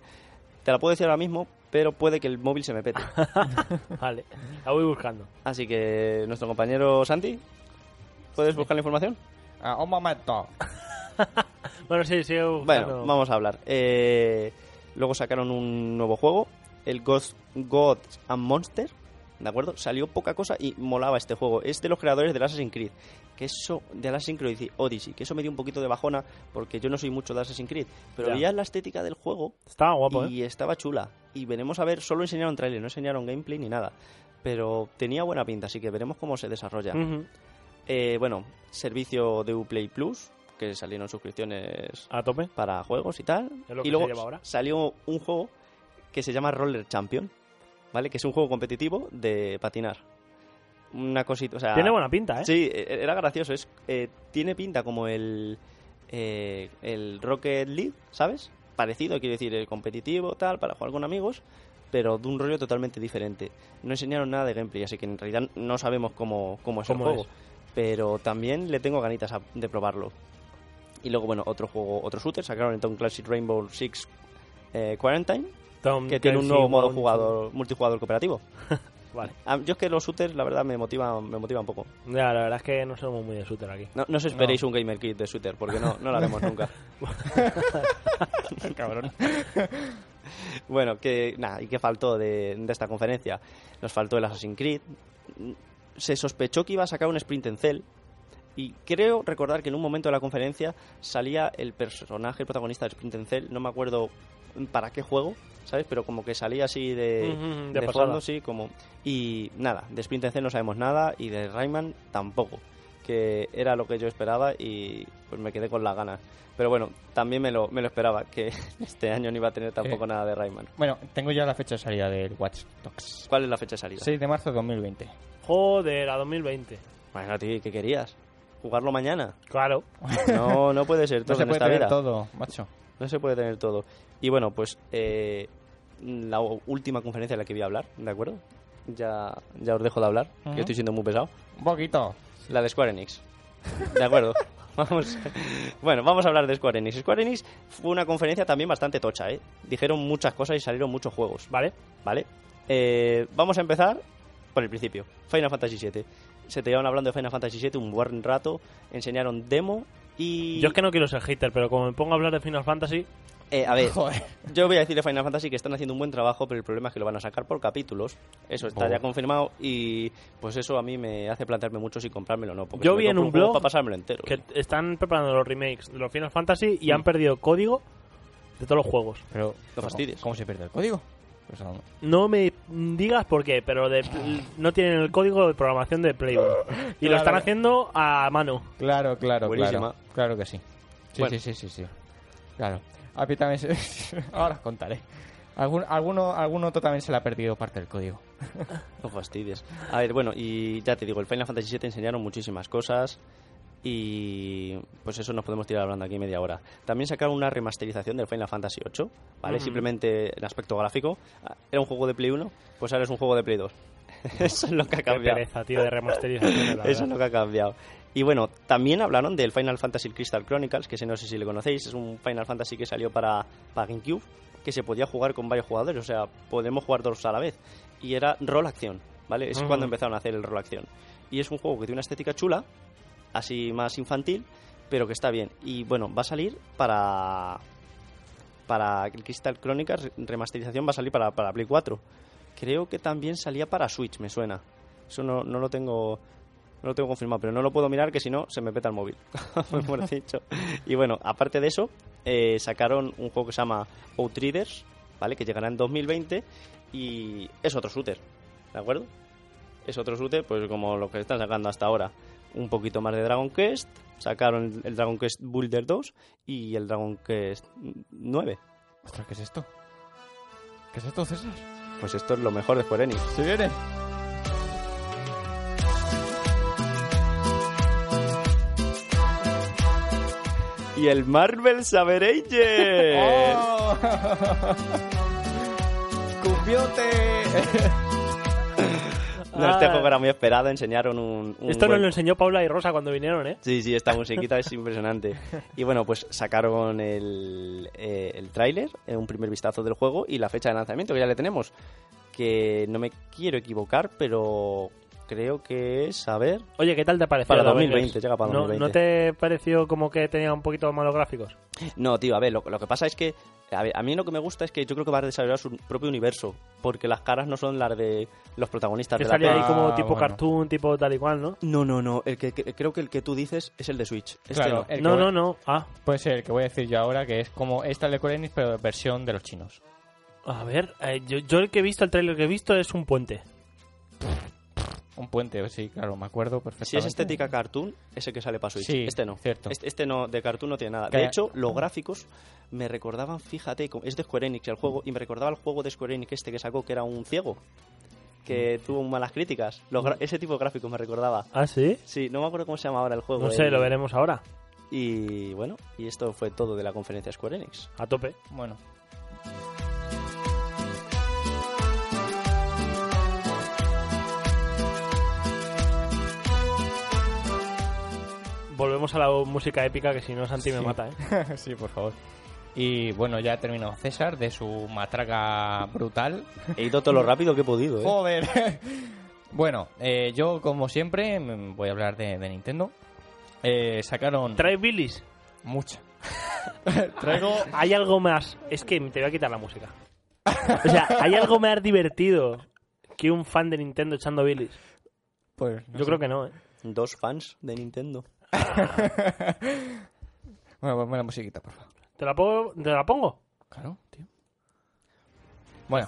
Te la puedo decir ahora mismo, pero puede que el móvil se me pete.
Vale, la voy buscando.
Así que, nuestro compañero Santi, ¿puedes buscar la información?
Ah, un momento.
Bueno, sí, sí.
Bueno, vamos a hablar. Eh, luego sacaron un nuevo juego, el Ghost, Gods and Monster. ¿De acuerdo? Salió poca cosa y molaba este juego. Es de los creadores del Assassin's Creed. Que eso, de Assassin's Creed Odyssey. Que eso me dio un poquito de bajona porque yo no soy mucho de Assassin's Creed. Pero
Ya.
veía la estética del juego
Estaba guapo, ¿eh?
y estaba chula. Y veremos a ver, solo enseñaron trailer, no enseñaron gameplay ni nada. Pero tenía buena pinta, así que veremos cómo se desarrolla.
Ujú.
Eh, bueno, servicio de Uplay Plus, que salieron suscripciones
A tope.
para juegos y tal.
Es lo que se
y luego
lleva ahora.
salió un juego que se llama Roller Champion, ¿vale? Que es un juego competitivo de patinar. Una cosita, o sea...
Tiene buena pinta, ¿eh?
Sí, e- era gracioso. Es, eh, tiene pinta como el, eh, el Rocket League, ¿sabes? Parecido, quiero decir, el competitivo, tal, para jugar con amigos, pero de un rollo totalmente diferente. No enseñaron nada de gameplay, así que en realidad no sabemos cómo, cómo es el
¿Cómo
juego. Pero también le tengo ganitas a- de probarlo. Y luego, bueno, otro juego, otro shooter, sacaron el Tom Classic Rainbow Six eh, Quarantine,
Tom
que tiene un
Clancy,
nuevo modo
Mount-
jugador, multijugador cooperativo.
Vale.
Ah, Yo es que los shooters, la verdad, me motivan, me motivan poco.
Ya, la verdad es que no somos muy de shooter aquí.
No, no os esperéis un Gamer Kit de shooter, porque no, no lo haremos nunca.
Cabrón.
Bueno, que nada, ¿y qué faltó de, de esta conferencia? Nos faltó el Assassin's Creed. Se sospechó que iba a sacar un sprint en Cell. Y creo recordar que en un momento de la conferencia salía el personaje, el protagonista de Sprint en Cell. No me acuerdo para qué juego, ¿sabes? Pero como que salía así de,
Ujú, de pasada.
fondo, sí, como... Y nada, de Sprint en Cell no sabemos nada y de Rayman tampoco. Que era lo que yo esperaba y pues me quedé con las ganas. Pero bueno, también me lo, me lo esperaba, que este año no iba a tener tampoco
Eh.
nada de Rayman.
Bueno, tengo ya la fecha de salida del Watch Dogs.
¿Cuál es la fecha de salida?
6 de marzo de 2020.
Joder, a 2020.
Bueno, tío, ¿y Pues ¿qué querías? ¿Jugarlo mañana?
Claro.
No, no puede ser
No
todo
se
en
puede
esta
tener
vida.
todo, macho.
No se puede tener todo. Y bueno, pues eh, la u- última conferencia de la que voy a hablar, ¿de acuerdo? Ya, ya os dejo de hablar,
Ujú.
que estoy siendo muy pesado.
Un poquito.
La de Square Enix. De acuerdo. Vamos. Bueno, vamos a hablar de Square Enix. Square Enix fue una conferencia también bastante tocha, ¿eh? Dijeron muchas cosas y salieron muchos juegos.
Vale.
¿Vale? Eh, vamos a empezar por el principio. Final Fantasy VII. Se te llevan hablando de Final Fantasy VII un buen rato. Enseñaron demo Y,
Yo es que no quiero ser hater, pero como me pongo a hablar de Final Fantasy,
eh, a ver,
Joder.
yo voy a decirle a Final Fantasy que están haciendo un buen trabajo, pero el problema es que lo van a sacar por capítulos. Eso está
Oh.
ya confirmado y pues eso a mí me hace plantearme mucho si comprármelo o no. Porque
Yo
si me
vi en
compro
un
juego
blog
para pasármelo entero.
que están preparando los remakes de los Final Fantasy y han perdido código de todos los juegos.
Pero, ¿cómo-
fastidies.
¿Cómo se pierde el código? Pues, ah,
No me digas por qué, pero de- no tienen el código de programación de Play 1. Y lo
Claro.
están haciendo a mano.
Claro, claro,
Buenísima.
claro. Claro que sí. Sí,
Bueno.
sí, sí, sí, sí. Claro. A mí también se... Ahora os contaré. Algún, alguno, algún otro también se le ha perdido parte del código.
No fastidies. A ver, bueno, y ya te digo, el Final Fantasy VII enseñaron muchísimas cosas y pues eso nos podemos tirar hablando aquí media hora. También sacaron una remasterización del Final Fantasy VIII, ¿vale?
Ujú.
Simplemente el aspecto gráfico. Ah, Era un juego de Play 1, pues ahora es un juego de Play 2. eso es lo que ha
Qué
cambiado.
pereza, tío, de remasterización. la
Eso es
verdad.
lo que ha cambiado. Y bueno, también hablaron del Final Fantasy Crystal Chronicles, que si no sé si le conocéis, es un Final Fantasy que salió para, para GameCube, que se podía jugar con varios jugadores, o sea, podemos jugar dos a la vez. Y era rol acción, ¿vale? Es
Ujú.
cuando empezaron a hacer el rol acción. Y es un juego que tiene una estética chula, así más infantil, pero que está bien. Y bueno, va a salir para. Para el Crystal Chronicles remasterización va a salir para, para Play 4. Creo que también salía para Switch, me suena. Eso no, no lo tengo. No lo tengo confirmado, pero no lo puedo mirar que si no se me peta el móvil. Mejor dicho. Y bueno, aparte de eso, eh, sacaron un juego que se llama Outriders, ¿vale? Que llegará en 2020 y es otro shooter, ¿de acuerdo? Es otro shooter, pues como lo que están sacando hasta ahora. Un poquito más de Dragon Quest, sacaron el Dragon Quest Builder 2 y el Dragon Quest 9.
Ostras, ¿qué es esto? ¿Qué es esto, César?
Pues esto es lo mejor de Square Enix.
¿Se viene?
Y el Marvel Saber
Eh.
Agents.
Oh.
¡Oh! ¡Cupiote!
No, este
Ah.
juego era muy esperado, enseñaron un... un
Esto nos
buen-
lo enseñó Paula y Rosa cuando vinieron, ¿eh?
Sí, sí, esta musiquita es impresionante. Y bueno, pues sacaron el, eh, el tráiler, eh, un primer vistazo del juego y la fecha de lanzamiento, que ya le tenemos. Que no me quiero equivocar, pero creo que es, a ver...
Oye, ¿qué tal te pareció?
Para
el
2020,
Avengers?
llega para
¿No-
2020.
¿No, te pareció como que tenía un poquito malos gráficos?
No, tío, a ver, lo, lo que pasa es que... A, ver, a mí lo que me gusta es que yo creo que va a desarrollar su propio universo, porque las caras no son las de los protagonistas
Que
de la
salía
peli.
ahí como
Ah,
tipo
bueno.
cartoon, tipo tal y cual, ¿no?
No, no, no, el que, que- creo que el que tú dices es el de Switch. Este
Claro,
no.
El que
No,
voy-
no, no. Ah,
Puede ser el que voy a decir yo ahora, que es como esta de Square Enix, pero de versión de los chinos.
a ver, eh, yo, yo el que he visto, el trailer que he visto es un puente.
Un puente, sí, claro, me acuerdo perfectamente.
Si es estética cartoon, es el que sale para Switch.
Sí,
este no.
cierto.
Este, este no, de cartoon no tiene nada.
Que-
De hecho, los gráficos me recordaban, fíjate, como- es de Square Enix el juego, y me recordaba el juego de Square Enix este que sacó, que era un ciego, que tuvo malas críticas. Los gra- ese tipo de gráficos me recordaba.
¿Ah, sí?
Sí, no me acuerdo cómo se llama ahora el juego.
No sé,
el-
lo veremos ahora.
Y bueno, y esto fue todo de la conferencia Square Enix.
A tope.
Bueno.
Volvemos a la música épica que si no Santi me
Sí.
mata, ¿eh?
sí, por favor. Y bueno, ya ha terminado César de su matraca brutal.
He ido todo lo rápido que he podido, ¿eh?
Joder. bueno, eh, yo como siempre mm, voy a hablar de, de Nintendo. Eh, sacaron
¿Traes bilis?
mucha. Traigo
Hay algo más. Es que te voy a quitar la música. O sea, hay algo más divertido que un fan de Nintendo echando bilis.
pues
Yo creo que no, ¿eh?
Dos fans de Nintendo.
Bueno, ponme la musiquita, por favor.
¿Te la, pongo- ¿Te la pongo?
Claro, tío. Bueno,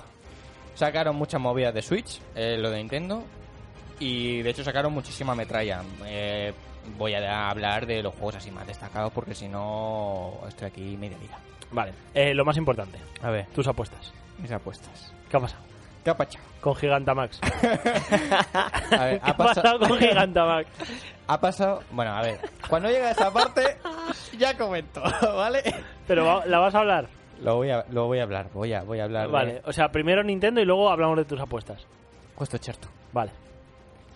sacaron muchas movidas de Switch, eh, lo de Nintendo, y de hecho sacaron muchísima metralla. Eh, voy a hablar de los juegos así más destacados porque si no estoy aquí media vida.
Vale. Eh, lo más importante,
A ver,
tus apuestas.
mis apuestas.
¿Qué ha pasado?
¿Qué ha pasado?
Con Gigantamax. ¿Qué
A ver,
ha
ha
pasado
pasado.
con Gigantamax?
Ha pasado. Bueno, a ver, cuando llegue a esa parte, ya comento, ¿vale?
Pero va- la vas a hablar.
Lo voy a, lo voy a hablar, voy a, voy a hablar. de-
Vale. O sea, primero Nintendo y luego hablamos de tus apuestas.
Cuesta cherto.
Vale.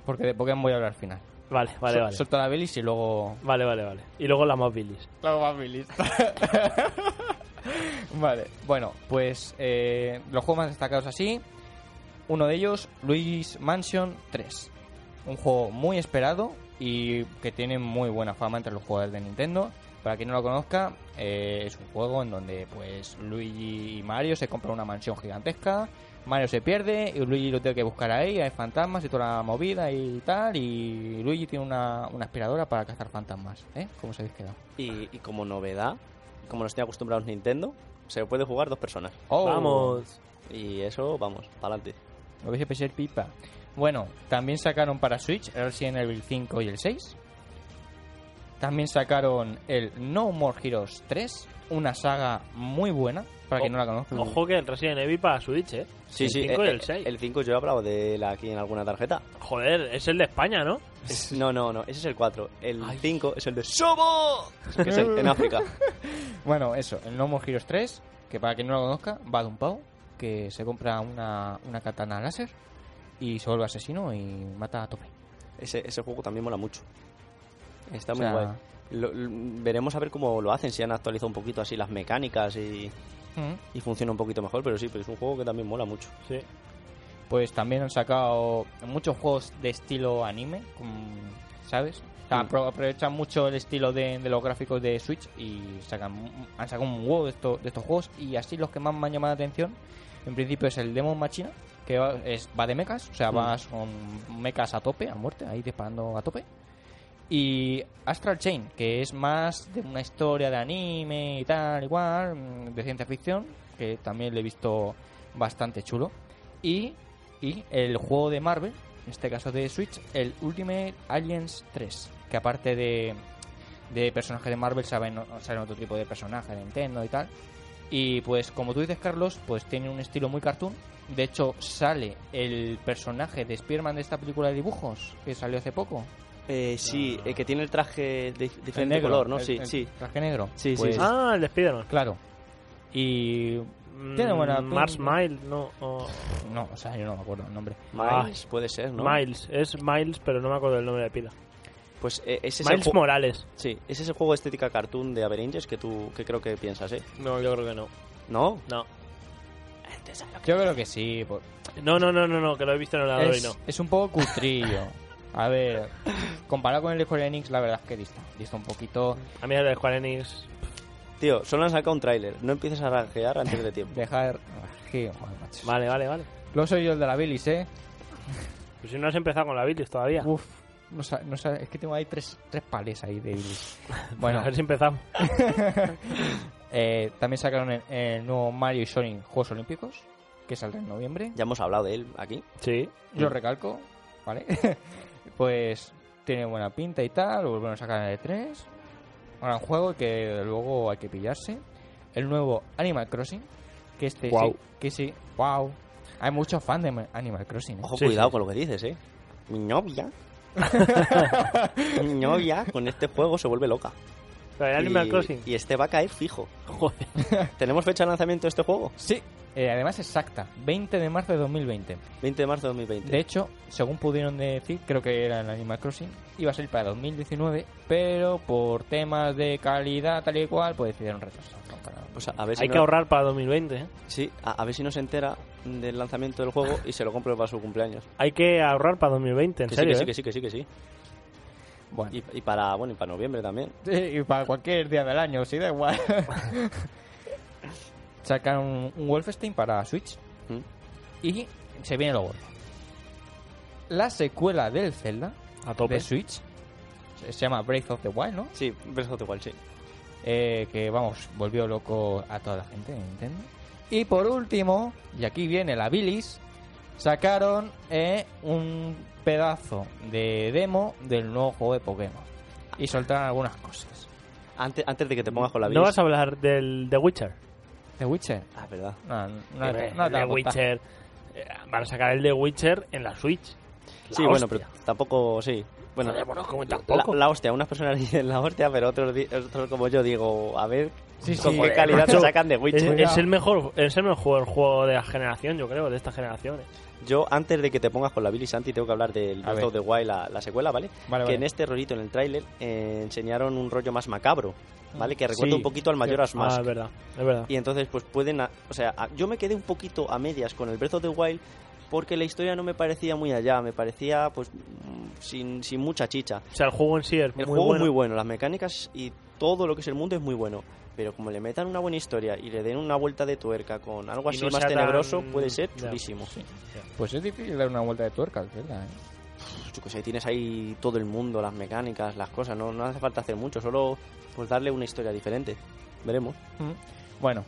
Porque de Pokémon voy a hablar al final.
Vale, vale,
Sol-
vale.
Suelto la bilis y luego
Vale, vale, vale. Y luego la más bilis.
Claro, va mi lista. vale, bueno, pues eh, los juegos más destacados así. Uno de ellos, Luigi's Mansion 3. Un juego muy esperado, y que tiene muy buena fama entre los jugadores de Nintendo. Para quien no lo conozca, eh, es un juego en donde pues Luigi y Mario se compran una mansión gigantesca, Mario se pierde y Luigi lo tiene que buscar ahí, hay fantasmas y toda la movida y tal, y Luigi tiene una, una aspiradora para cazar fantasmas, ¿eh? ¿Cómo se habéis quedado?
Y, y como novedad, como nos tiene acostumbrados Nintendo, se puede jugar dos personas.
¡Oh!
Vamos.
Y eso, vamos, para adelante.
Lo vais a pesar pipa. Bueno, también sacaron para Switch el Resident Evil 5 y el 6. También sacaron el No More Heroes 3, una saga muy buena, para quien no la conozca.
Oh, Ojo que el Resident Evil para Switch, Mm. ¿eh? El 5 y el 6.
El 5 yo he hablado de él aquí en alguna tarjeta.
Joder, es el de España, ¿no?
No, no, no, ese es el 4. El 5 es el de Sobo, que es el- en África.
Bueno, eso, el No More Heroes 3, que para quien no lo conozca, va de un pavo que se compra una, una katana láser y se vuelve asesino y mata a tope.
Ese, ese juego también mola mucho. Está
O
muy
sea,
guay. Lo- lo- veremos a ver cómo lo hacen, si han actualizado un poquito así las mecánicas y,
mm.
y funciona un poquito mejor, pero sí, pero es un juego que también mola mucho.
Sí.
pues también han sacado muchos juegos de estilo anime, mm, ¿sabes? O sea,
Mm.
apro- aprovechan mucho el estilo de, de los gráficos de Switch y sacan, han sacado un huevo de, esto- de estos juegos. Y así los que más me han llamado la atención, en principio es el Demon Machina, que va, es- va de mechas, o sea,
Mm.
vas con mechas a tope, a muerte, ahí disparando a tope. Y Astral Chain, que es más de una historia de anime y tal, igual, mm, de ciencia ficción, que también le he visto bastante chulo. Y, y el juego de Marvel, en este caso de Switch, el Ultimate Aliens 3, que aparte de, de personajes de Marvel, saben, saben otro tipo de personajes de Nintendo y tal. Y pues como tú dices, Carlos, pues tiene un estilo muy cartoon. De hecho, sale el personaje de Spider-Man de esta película de dibujos que salió hace poco.
Eh, sí,
Ah.
eh, que tiene el traje de
El
diferente color, ¿no?
el-
sí,
el
sí.
Traje negro.
Sí, sí,
Pues,
sí.
Ah, el de Spiderman.
Claro. Y. Tiene
Mm,
buena-
Mars Miles, no. o-
No, o sea, yo no me acuerdo el nombre.
Miles, puede ser, ¿no?
Miles, es Miles, pero no me acuerdo el nombre de pila.
Pues eh, ese es el
Miles
juego.
Morales.
Sí, ese es el juego de estética cartoon de Avengers que tú que creo que piensas, ¿eh?
No, yo creo que no.
¿No?
No.
Yo creo que sí. por-
No, no, no, no, no, que lo he visto en el ordenador y
Es,
no.
es un poco cutrillo. A ver, comparado con el de Square Enix, la verdad es que dista. Dista un poquito.
A mí el de Square Enix.
Tío, solo han sacado un tráiler. No empieces a ranjear antes de tiempo.
Dejar. ah, Joder, macho.
Vale, vale, vale.
Lo soy yo el de la bilis, ¿eh?
Pues si no has empezado con la bilis todavía.
Uf, no sa- no sa- es que tengo ahí tres, tres palés ahí de bilis. Bueno,
a ver si empezamos.
eh, también sacaron el, el nuevo Mario y Sonic Juegos Olímpicos, que saldrá en noviembre.
Ya hemos hablado de él aquí.
Sí.
Yo recalco, ¿vale? pues tiene buena pinta y tal, lo volvieron a sacar en el 3. Un gran juego que desde luego hay que pillarse. El nuevo Animal Crossing, que este
Guau.
sí, que sí, wow. Hay muchos fans de Ma- Animal Crossing. ¿eh?
Ojo,
Sí,
cuidado
sí.
con lo que dices, ¿eh? Mi novia. Mi novia con este juego se vuelve loca.
Pero el
Y-
Animal Crossing.
Y este va a caer fijo.
Joder.
¿Tenemos fecha de lanzamiento de este juego?
Sí, eh, además exacta, 20 de marzo de 2020.
20 de marzo de 2020.
De hecho, según pudieron decir, creo que era el Animal Crossing, iba a ser para 2019, pero por temas de calidad tal y cual, pues decidieron retrasarlo.
Pues a, a ver si
Hay
no-
que ahorrar para 2020, ¿eh?
Sí, a, a ver si no se entera del lanzamiento del juego y se lo compro para su cumpleaños.
Hay que ahorrar para 2020, en
Que sí,
serio.
que sí,
¿eh?
que sí, que sí, que sí.
Bueno.
Y, y para, bueno, y para noviembre también.
Sí, y para cualquier día del año, sí, da igual. Sacaron un, un Wolfenstein para Switch
Mm.
y se viene lo bueno. La secuela del Zelda
A tope.
de Switch se se llama Breath of the Wild, ¿no?
Sí, Breath of the Wild, sí.
Eh, que vamos, volvió loco a toda la gente de Nintendo. Y por último, y aquí viene la bilis, sacaron eh, un pedazo de demo del nuevo juego de Pokémon y soltaron algunas cosas.
Antes, antes de que te pongas con la vida.
No vas a hablar del The Witcher.
The Witcher,
Ah, verdad.
No, no, no,
Eh,
no te
The
va a gustar.
Witcher. eh, Van a sacar el The Witcher en la Switch. La
sí, bueno,
hostia.
pero tampoco, sí. Bueno,
Joder, bueno, como
la,
tampoco.
la hostia, unas personas dicen la hostia, pero otros, di- otros como yo digo, a ver
Sí,
con
sí.
qué calidad te
macho.
sacan de
Es,
Witcher.
es el mejor, es el mejor juego de la generación, yo creo, de esta generación. ¿eh?
Yo, antes de que te pongas con la Billy Santi, tengo que hablar del
A
Breath
ver.
of the Wild, la, la secuela, ¿vale?
Vale,
que
vale.
en este rollito, en el tráiler, eh, enseñaron un rollo más macabro, ¿vale? Que recuerda
Sí,
un poquito al mayor
Ah,
Asmash.
es verdad, es verdad.
y entonces, pues pueden. a- o sea, a- yo me quedé un poquito a medias con el Breath of the Wild porque la historia no me parecía muy allá, me parecía pues mm, sin, sin mucha chicha.
O sea, el juego en sí es
El
muy
juego
bueno.
es muy bueno, las mecánicas y todo lo que es el mundo es muy bueno. Pero como le metan una buena historia y le den una vuelta de tuerca con algo
Y
así
no
más
sea tan-
tenebroso, puede ser
Ya.
chulísimo.
Pues es difícil dar una vuelta de tuerca, es verdad. ¿eh?
Pues, yo qué sé, tienes ahí todo el mundo, las mecánicas, las cosas, no, no hace falta hacer mucho, solo pues darle una historia diferente. Veremos.
Mm. Bueno,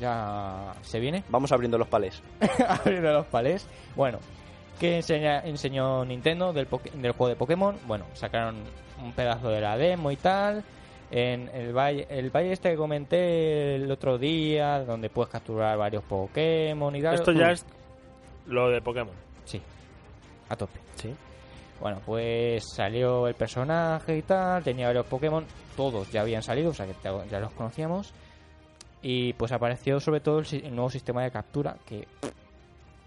ya se viene.
Vamos abriendo los palés.
abriendo los palés. Bueno, ¿qué enseña- enseñó Nintendo del, Poké- del juego de Pokémon? Bueno, sacaron un pedazo de la demo y tal. En el valle, el valle este que comenté el otro día, donde puedes capturar varios Pokémon y tal. Mm.
Esto
Mm.
ya es lo de Pokémon.
Sí, a tope.
Sí.
Bueno, pues salió el personaje y tal, tenía varios Pokémon, todos ya habían salido, o sea que ya ya los conocíamos. Y pues apareció sobre todo el, si- el nuevo sistema de captura que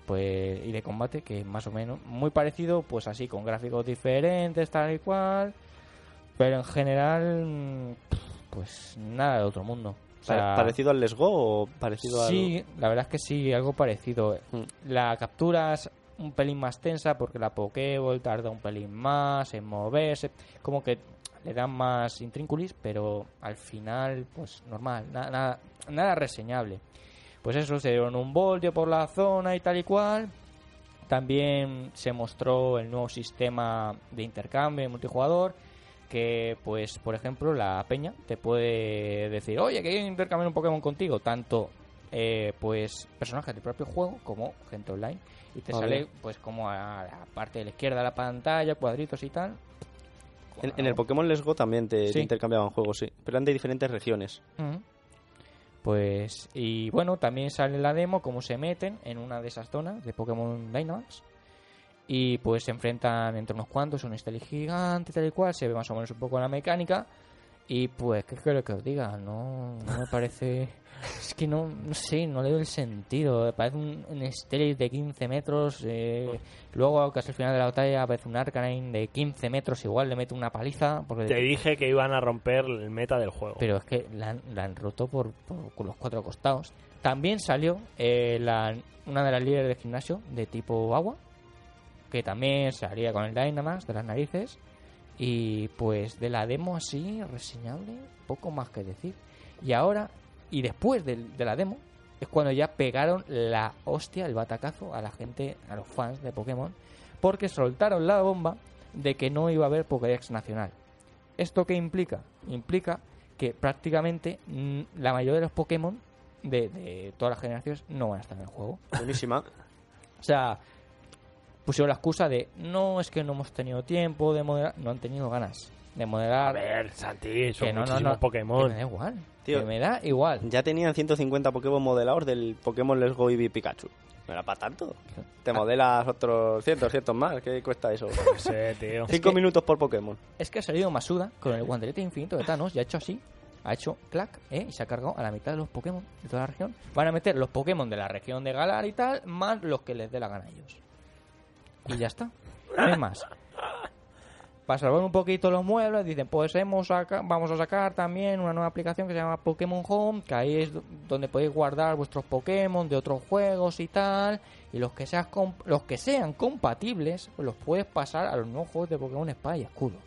pues y de combate que es más o menos muy parecido, pues así con gráficos diferentes, tal y cual, pero en general mm, pues nada de otro mundo. O
Pa-
sea,
¿Parecido al Let's Go o parecido al.?
Sí, la verdad es que sí, algo parecido.
Mm.
La captura es un pelín más tensa porque la Pokéball tarda un pelín más en moverse. Como que le dan más intrínculis, pero al final, pues normal, na- nada, nada reseñable. Pues eso, se dieron un voltio por la zona y tal y cual. También se mostró el nuevo sistema de intercambio en multijugador. Que, pues, por ejemplo, la peña te puede decir, oye, que quiero intercambiar un Pokémon contigo. Tanto, eh, pues, personajes del propio juego como gente online. Y te
Ah,
sale,
bien.
pues, como a la parte de la izquierda de la pantalla, cuadritos y tal.
En, en el Pokémon Let's Go también te, te
Sí.
intercambiaban juegos, sí. Pero eran de diferentes regiones.
Ujú. Pues, y bueno, también sale la demo, cómo se meten en una de esas zonas de Pokémon Dynamax. Y pues se enfrentan entre unos cuantos, un Esteli gigante, tal y cual. Se ve más o menos un poco la mecánica. Y pues, ¿qué creo que os diga? No, no me parece. Es que no, no sé, no le doy el sentido. Parece un, un Stelis de 15 metros. eh, luego, casi al final de la batalla, aparece un Arcanine de 15 metros. Igual le mete una paliza. Porque
Te dije que iban a romper el meta del juego.
pero es que la han, la han roto por, por- con los cuatro costados. También salió eh, la- una de las líderes de gimnasio de tipo agua, que también salía con el Dynamax de las narices. Y pues de la demo así, reseñable, poco más que decir. Y ahora, y después del- de, la demo, es cuando ya pegaron la hostia, el batacazo a la gente, a los fans de Pokémon, porque soltaron la bomba de que no iba a haber Pokédex nacional. ¿Esto qué implica? Implica que prácticamente mm, la mayoría de los Pokémon de, de todas las generaciones no van a estar en el juego.
Buenísima.
O sea, pusieron la excusa de no, es que no hemos tenido tiempo de moderar. No han tenido ganas de moderar.
A ver, Santi, son
que no, no,
muchísimos
no.
Pokémon.
Que me da igual.
Tío.
Que me da igual.
ya tenían 150 Pokémon modelados del Pokémon Let's Go Eevee Pikachu. No era para tanto. Te modelas otros cientos, cientos más. ¿Qué cuesta eso?
No sé, tío.
Cinco
que-
minutos por Pokémon.
Es que ha salido Masuda con el guantelete infinito de Thanos y ha hecho así. Ha hecho clac, ¿eh? Y se ha cargado a la mitad de los Pokémon de toda la región. Van a meter los Pokémon de la región de Galar y tal, más los que les dé la gana a ellos. Y ya está. No hay más. Para salvar un poquito los muebles, dicen, pues hemos saca- vamos a sacar también una nueva aplicación que se llama Pokémon Home, que ahí es do- donde podéis guardar vuestros Pokémon de otros juegos y tal, y los que, seas com- los que sean compatibles, pues los puedes pasar a los nuevos juegos de Pokémon Espada y Escudo.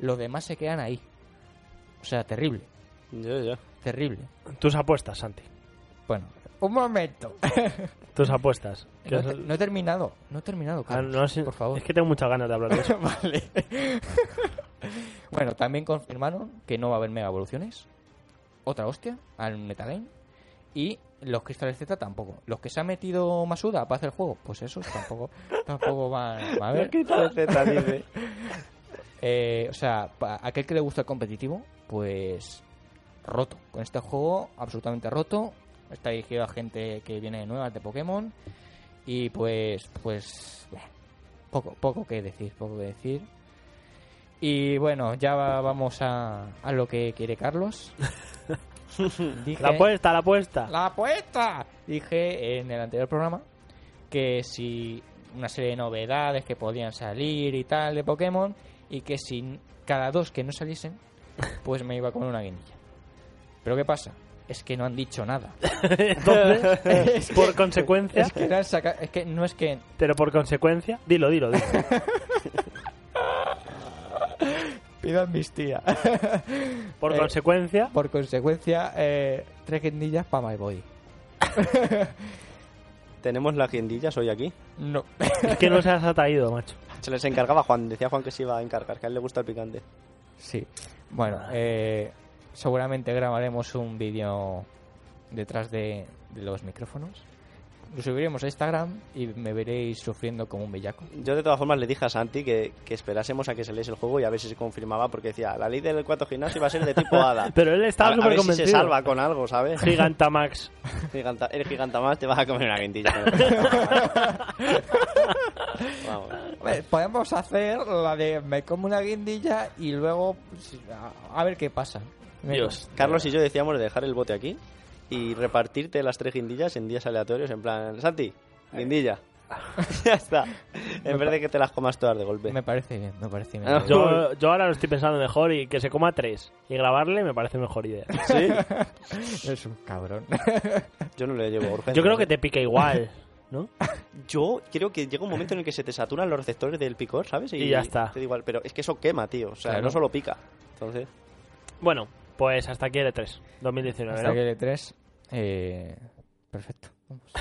Los demás se quedan ahí. O sea, terrible,
Ya, ya.
terrible.
Tus apuestas, Santi.
Bueno, un momento.
Tus apuestas. Que
No,
es-
he- no he terminado, no he terminado,
Ah,
Carlos,
no, sí,
por favor.
Es que tengo muchas ganas de hablar de eso.
vale. bueno, también confirmaron que no va a haber mega evoluciones. Otra hostia al metagame. Y los cristales Z tampoco. Los que se ha metido Masuda para hacer el juego, pues esos tampoco, tampoco van van a ver. Eh, o sea, pa- aquel que le gusta el competitivo, pues roto. Con este juego, absolutamente roto. Está dirigido a gente que viene de nuevas de Pokémon. Y pues, pues, bleh, poco, poco que decir, poco que decir. Y bueno, ya va- vamos a, a lo que quiere Carlos. Dije-
La apuesta, la apuesta.
la apuesta. Dije en el anterior programa que si una serie de novedades que podían salir y tal de Pokémon y que si cada dos que no saliesen, pues me iba a comer una guinilla. Pero ¿qué pasa? es que no han dicho nada.
Entonces, por consecuencia,
Es que, no han saca- es que no es que...
pero por consecuencia, dilo, dilo, dilo.
Pido amnistía.
Por
Eh,
consecuencia,
Por consecuencia, eh, tres guindillas para My Boy.
¿Tenemos las guindillas hoy aquí?
No.
es que no se has atraído, macho.
Se les encargaba Juan, decía Juan que se iba a encargar, que a él le gusta el picante.
Sí. Bueno, eh, seguramente grabaremos un vídeo detrás de, de los micrófonos. Lo subiremos a Instagram y me veréis sufriendo como un bellaco.
Yo de todas formas le dije a Santi que, que esperásemos a que se leyese el juego y a ver si se confirmaba, porque decía, la ley del cuarto gimnasio va a ser de tipo hada.
Pero él
A,
estaba
a
súper
ver si se
convencido.
salva con algo, ¿sabes?
Gigantamax.
Giganta- el gigantamás te vas a comer una guindilla. Vamos.
Podemos hacer la de me como una guindilla y luego pues, a, a ver qué pasa.
Dios.
Carlos y yo decíamos de dejar el bote aquí y repartirte las tres guindillas en días aleatorios, en plan, Santi, guindilla. ya está. En vez de que te las comas todas de golpe.
Me parece bien, me parece bien.
Ah,
Yo, yo ahora lo estoy pensando mejor y que se coma tres y grabarle me parece mejor idea.
Sí,
Es un cabrón.
yo no le llevo urgencia.
Yo creo que te pica igual, ¿no?
Yo creo que llega un momento en el que se te saturan los receptores del picor, ¿sabes?
Y ya está.
Te da igual, pero es que eso quema, tío. O sea,
Claro.
no solo pica. Entonces,
Bueno, pues hasta aquí el E3 2019.
Hasta
¿no?
que el E3, eh, perfecto. Vamos.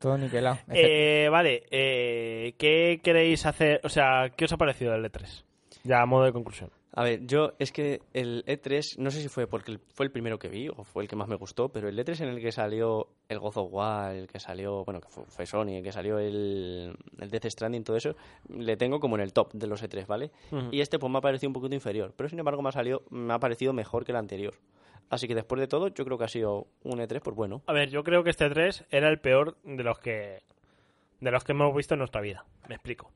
Todo niquelado.
Eh, vale, eh, ¿qué queréis hacer? O sea, ¿qué os ha parecido el E3? Ya a modo de conclusión.
a ver, yo es que el E3, no sé si fue porque el- fue el primero que vi o fue el que más me gustó, pero el E3 en el que salió el God of War, el que salió, bueno, que fue, fue Sony, el que salió el, el Death Stranding, todo eso, le tengo como en el top de los E3, ¿vale?
Mm.
Y este pues me ha parecido un poquito inferior, pero sin embargo me ha, salido, me ha parecido mejor que el anterior. Así que después de todo, yo creo que ha sido un E3, pues bueno.
A ver, yo creo que este 3 era el peor de los que de los que hemos visto en nuestra vida. Me explico.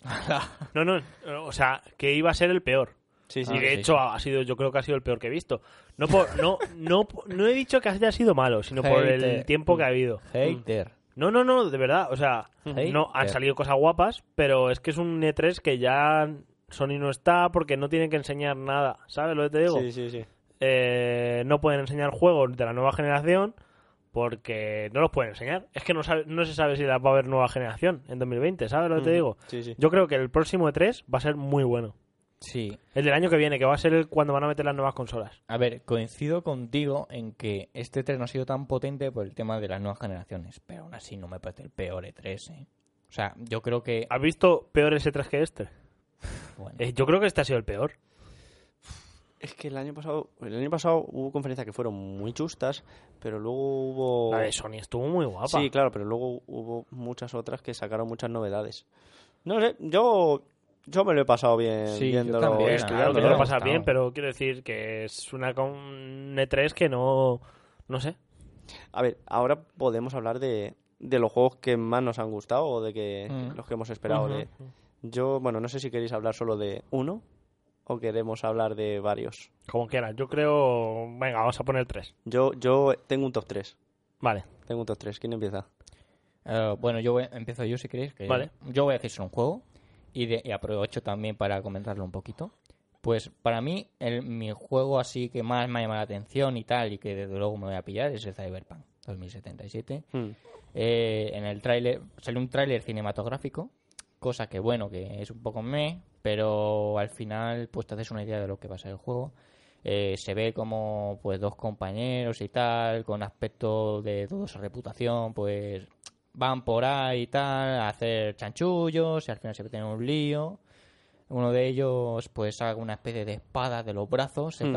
No, no, o sea, que iba a ser el peor.
Ah, Sí,
y de
sí,
hecho
sí.
ha sido, yo creo que ha sido el peor que he visto. No por- no, no, no he dicho que haya sido malo, sino por el
Hater.
tiempo que ha habido. Mm.
Hater.
No, no, no, de verdad, o sea,
Hater.
no han salido cosas guapas, pero es que es un E3 que ya Sony no está porque no tienen que enseñar nada, ¿sabes lo que te digo?
Sí, sí, sí.
eh, no pueden enseñar juegos de la nueva generación porque no los pueden enseñar. Es que no, sabe- no se sabe si la va a haber nueva generación en 2020, ¿sabes lo que te
Ujú.
digo?
Sí, sí.
Yo creo que el próximo E3 va a ser muy bueno.
Sí.
El del año que viene, que va a ser el cuando van a meter las nuevas consolas.
A ver, coincido contigo en que este E3 no ha sido tan potente por el tema de las nuevas generaciones, pero aún así no me parece el peor E3, ¿eh? O sea, yo creo que...
¿Has visto peor ese 3 que este?
bueno,
Ah, Eh, yo creo que este ha sido el peor.
Es que el año pasado, el año pasado hubo conferencias que fueron muy justas, pero luego hubo
La de Sony estuvo muy guapa.
Oh. Sí, claro, pero luego hubo muchas otras que sacaron muchas novedades. No sé, yo yo me lo he pasado bien
Sí, yo
viéndolo,
también,
Pues claro
ah,
que
estudiándolo.
te lo
ha
pasas
gustado.
bien, pero quiero decir que es una con un E3 que no... No sé.
A ver, ahora podemos hablar de, de los juegos que más nos han gustado o de que
Mm.
los que hemos esperado de- Yo, bueno, no sé si queréis hablar solo de uno o queremos hablar de varios.
Como quieras. Yo creo... Venga, vamos a poner 3.
Yo yo tengo un top 3.
Vale.
Tengo un top 3. ¿Quién empieza?
eh, bueno, yo voy- empiezo yo si queréis. Que
Vale.
Yo voy a decir solo un juego y, de- y aprovecho también para comentarlo un poquito. Pues para mí, el, mi juego así que más me ha llamado la atención y tal, y que desde luego me voy a pillar, es el Cyberpunk 2077.
Hmm.
Eh, en el tráiler salió un tráiler cinematográfico, cosa que bueno, que es un poco meh, pero al final pues te haces una idea de lo que va a ser el juego. Eh, se ve como pues dos compañeros y tal, con aspecto de dudosa reputación, pues van por ahí y tal, a hacer chanchullos y al final se meten en un lío. Uno de ellos pues saca una especie de espada de los brazos, se
Hmm.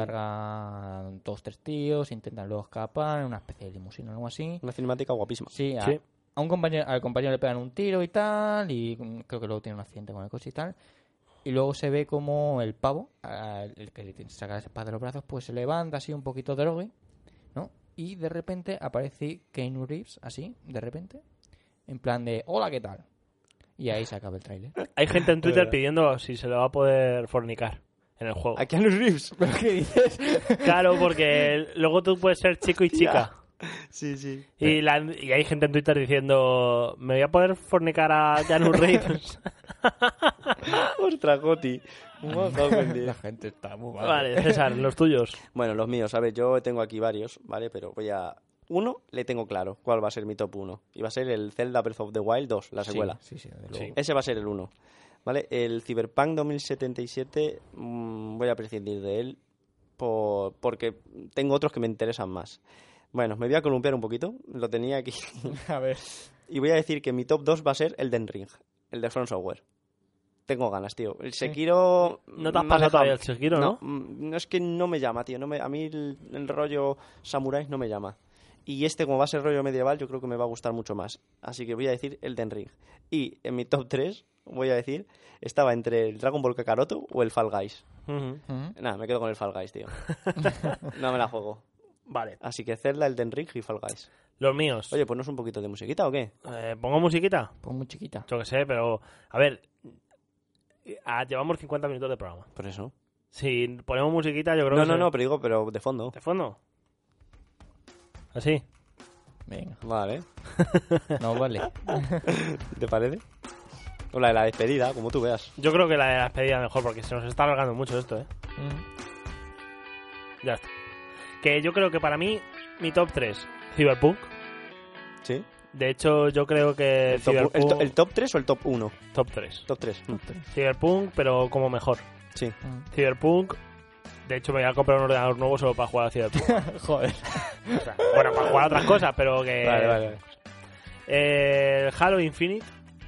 cargan dos, tres tíos, intentan luego escapar en una especie de limusina o algo así.
Una cinemática guapísima.
Sí, a,
Sí.
a un compañero, al compañero le pegan un tiro y tal, y mm, creo que luego tiene un accidente con el coche y tal. Y luego se ve como el pavo, a- el que le tiene- saca la espada de los brazos, pues se levanta así un poquito drogue, ¿no? Y de repente aparece Keanu Reeves, así, de repente, en plan de, hola, ¿qué tal? Y ahí se acaba el tráiler.
Hay gente en Twitter pidiendo si se lo va a poder fornicar en el juego.
Aquí a los Reeves.
¿Qué dices?
Claro, porque luego tú puedes ser chico y chica.
Sí, sí.
Y, la- y hay gente en Twitter diciendo, ¿me voy a poder fornicar a Janus Reeves?
Ostras, Goti.
La gente está muy mal.
Vale, César, los tuyos.
Bueno, los míos, ¿sabes? Yo tengo aquí varios, ¿vale? Pero voy a... Uno le tengo claro cuál va a ser mi top 1. Y va a ser el Zelda Breath of the Wild 2, la
Sí,
secuela.
Sí, sí, desde
Sí.
luego.
Ese va a ser el 1. ¿Vale? El Cyberpunk 2077 mm, voy a prescindir de él por- porque tengo otros que me interesan más. Bueno, me voy a columpiar un poquito. Lo tenía aquí.
A ver.
y voy a decir que mi top 2 va a ser el Den Ring, el de Front Software. Tengo ganas, tío. El Sekiro...
No te has
me
pasado
ha dejado-
todavía el Sekiro, ¿no?
mm, no es que no me llama, tío. No me, a mí el, el rollo samuráis no me llama. Y este, como va a ser rollo medieval, yo creo que me va a gustar mucho más. Así que voy a decir el Den Ring. Y en mi top 3, voy a decir, estaba entre el Dragon Ball Kakaroto o el Fall Guys.
Ujú.
Mm,
Nada, me quedo con el Fall Guys, tío. no me la juego.
Vale,
Así que Zelda, el Den Ring y Fall Guys.
los míos.
Oye, pues no es un poquito de musiquita o qué?
Eh, ¿Pongo musiquita?
Pues muy chiquita.
Yo que sé, pero. A ver. ah, llevamos 50 minutos de programa.
Por eso.
Si ponemos musiquita, yo creo
No,
que.
no,
se-
no, pero digo, pero de fondo.
¿De fondo? ¿Así?
Venga.
Vale.
No vale.
¿Te parece? O la de la despedida, como tú veas.
Yo creo que la de la despedida mejor, porque se nos está alargando mucho esto, ¿eh?
Mm,
Ya está. Que yo creo que para mí, mi top 3, Cyberpunk.
¿Sí?
De hecho, yo creo que.
El top,
Cyberpunk,
el to- el top 3 o el top 1?
top 3.
Top 3.
Cyberpunk, pero como mejor.
Sí.
Cyberpunk. De hecho, me voy a comprar un ordenador nuevo solo para jugar a Cyberpunk.
Joder.
O sea, bueno, para jugar a otras cosas, pero que.
Vale, vale, vale.
Eh, Halo Infinite.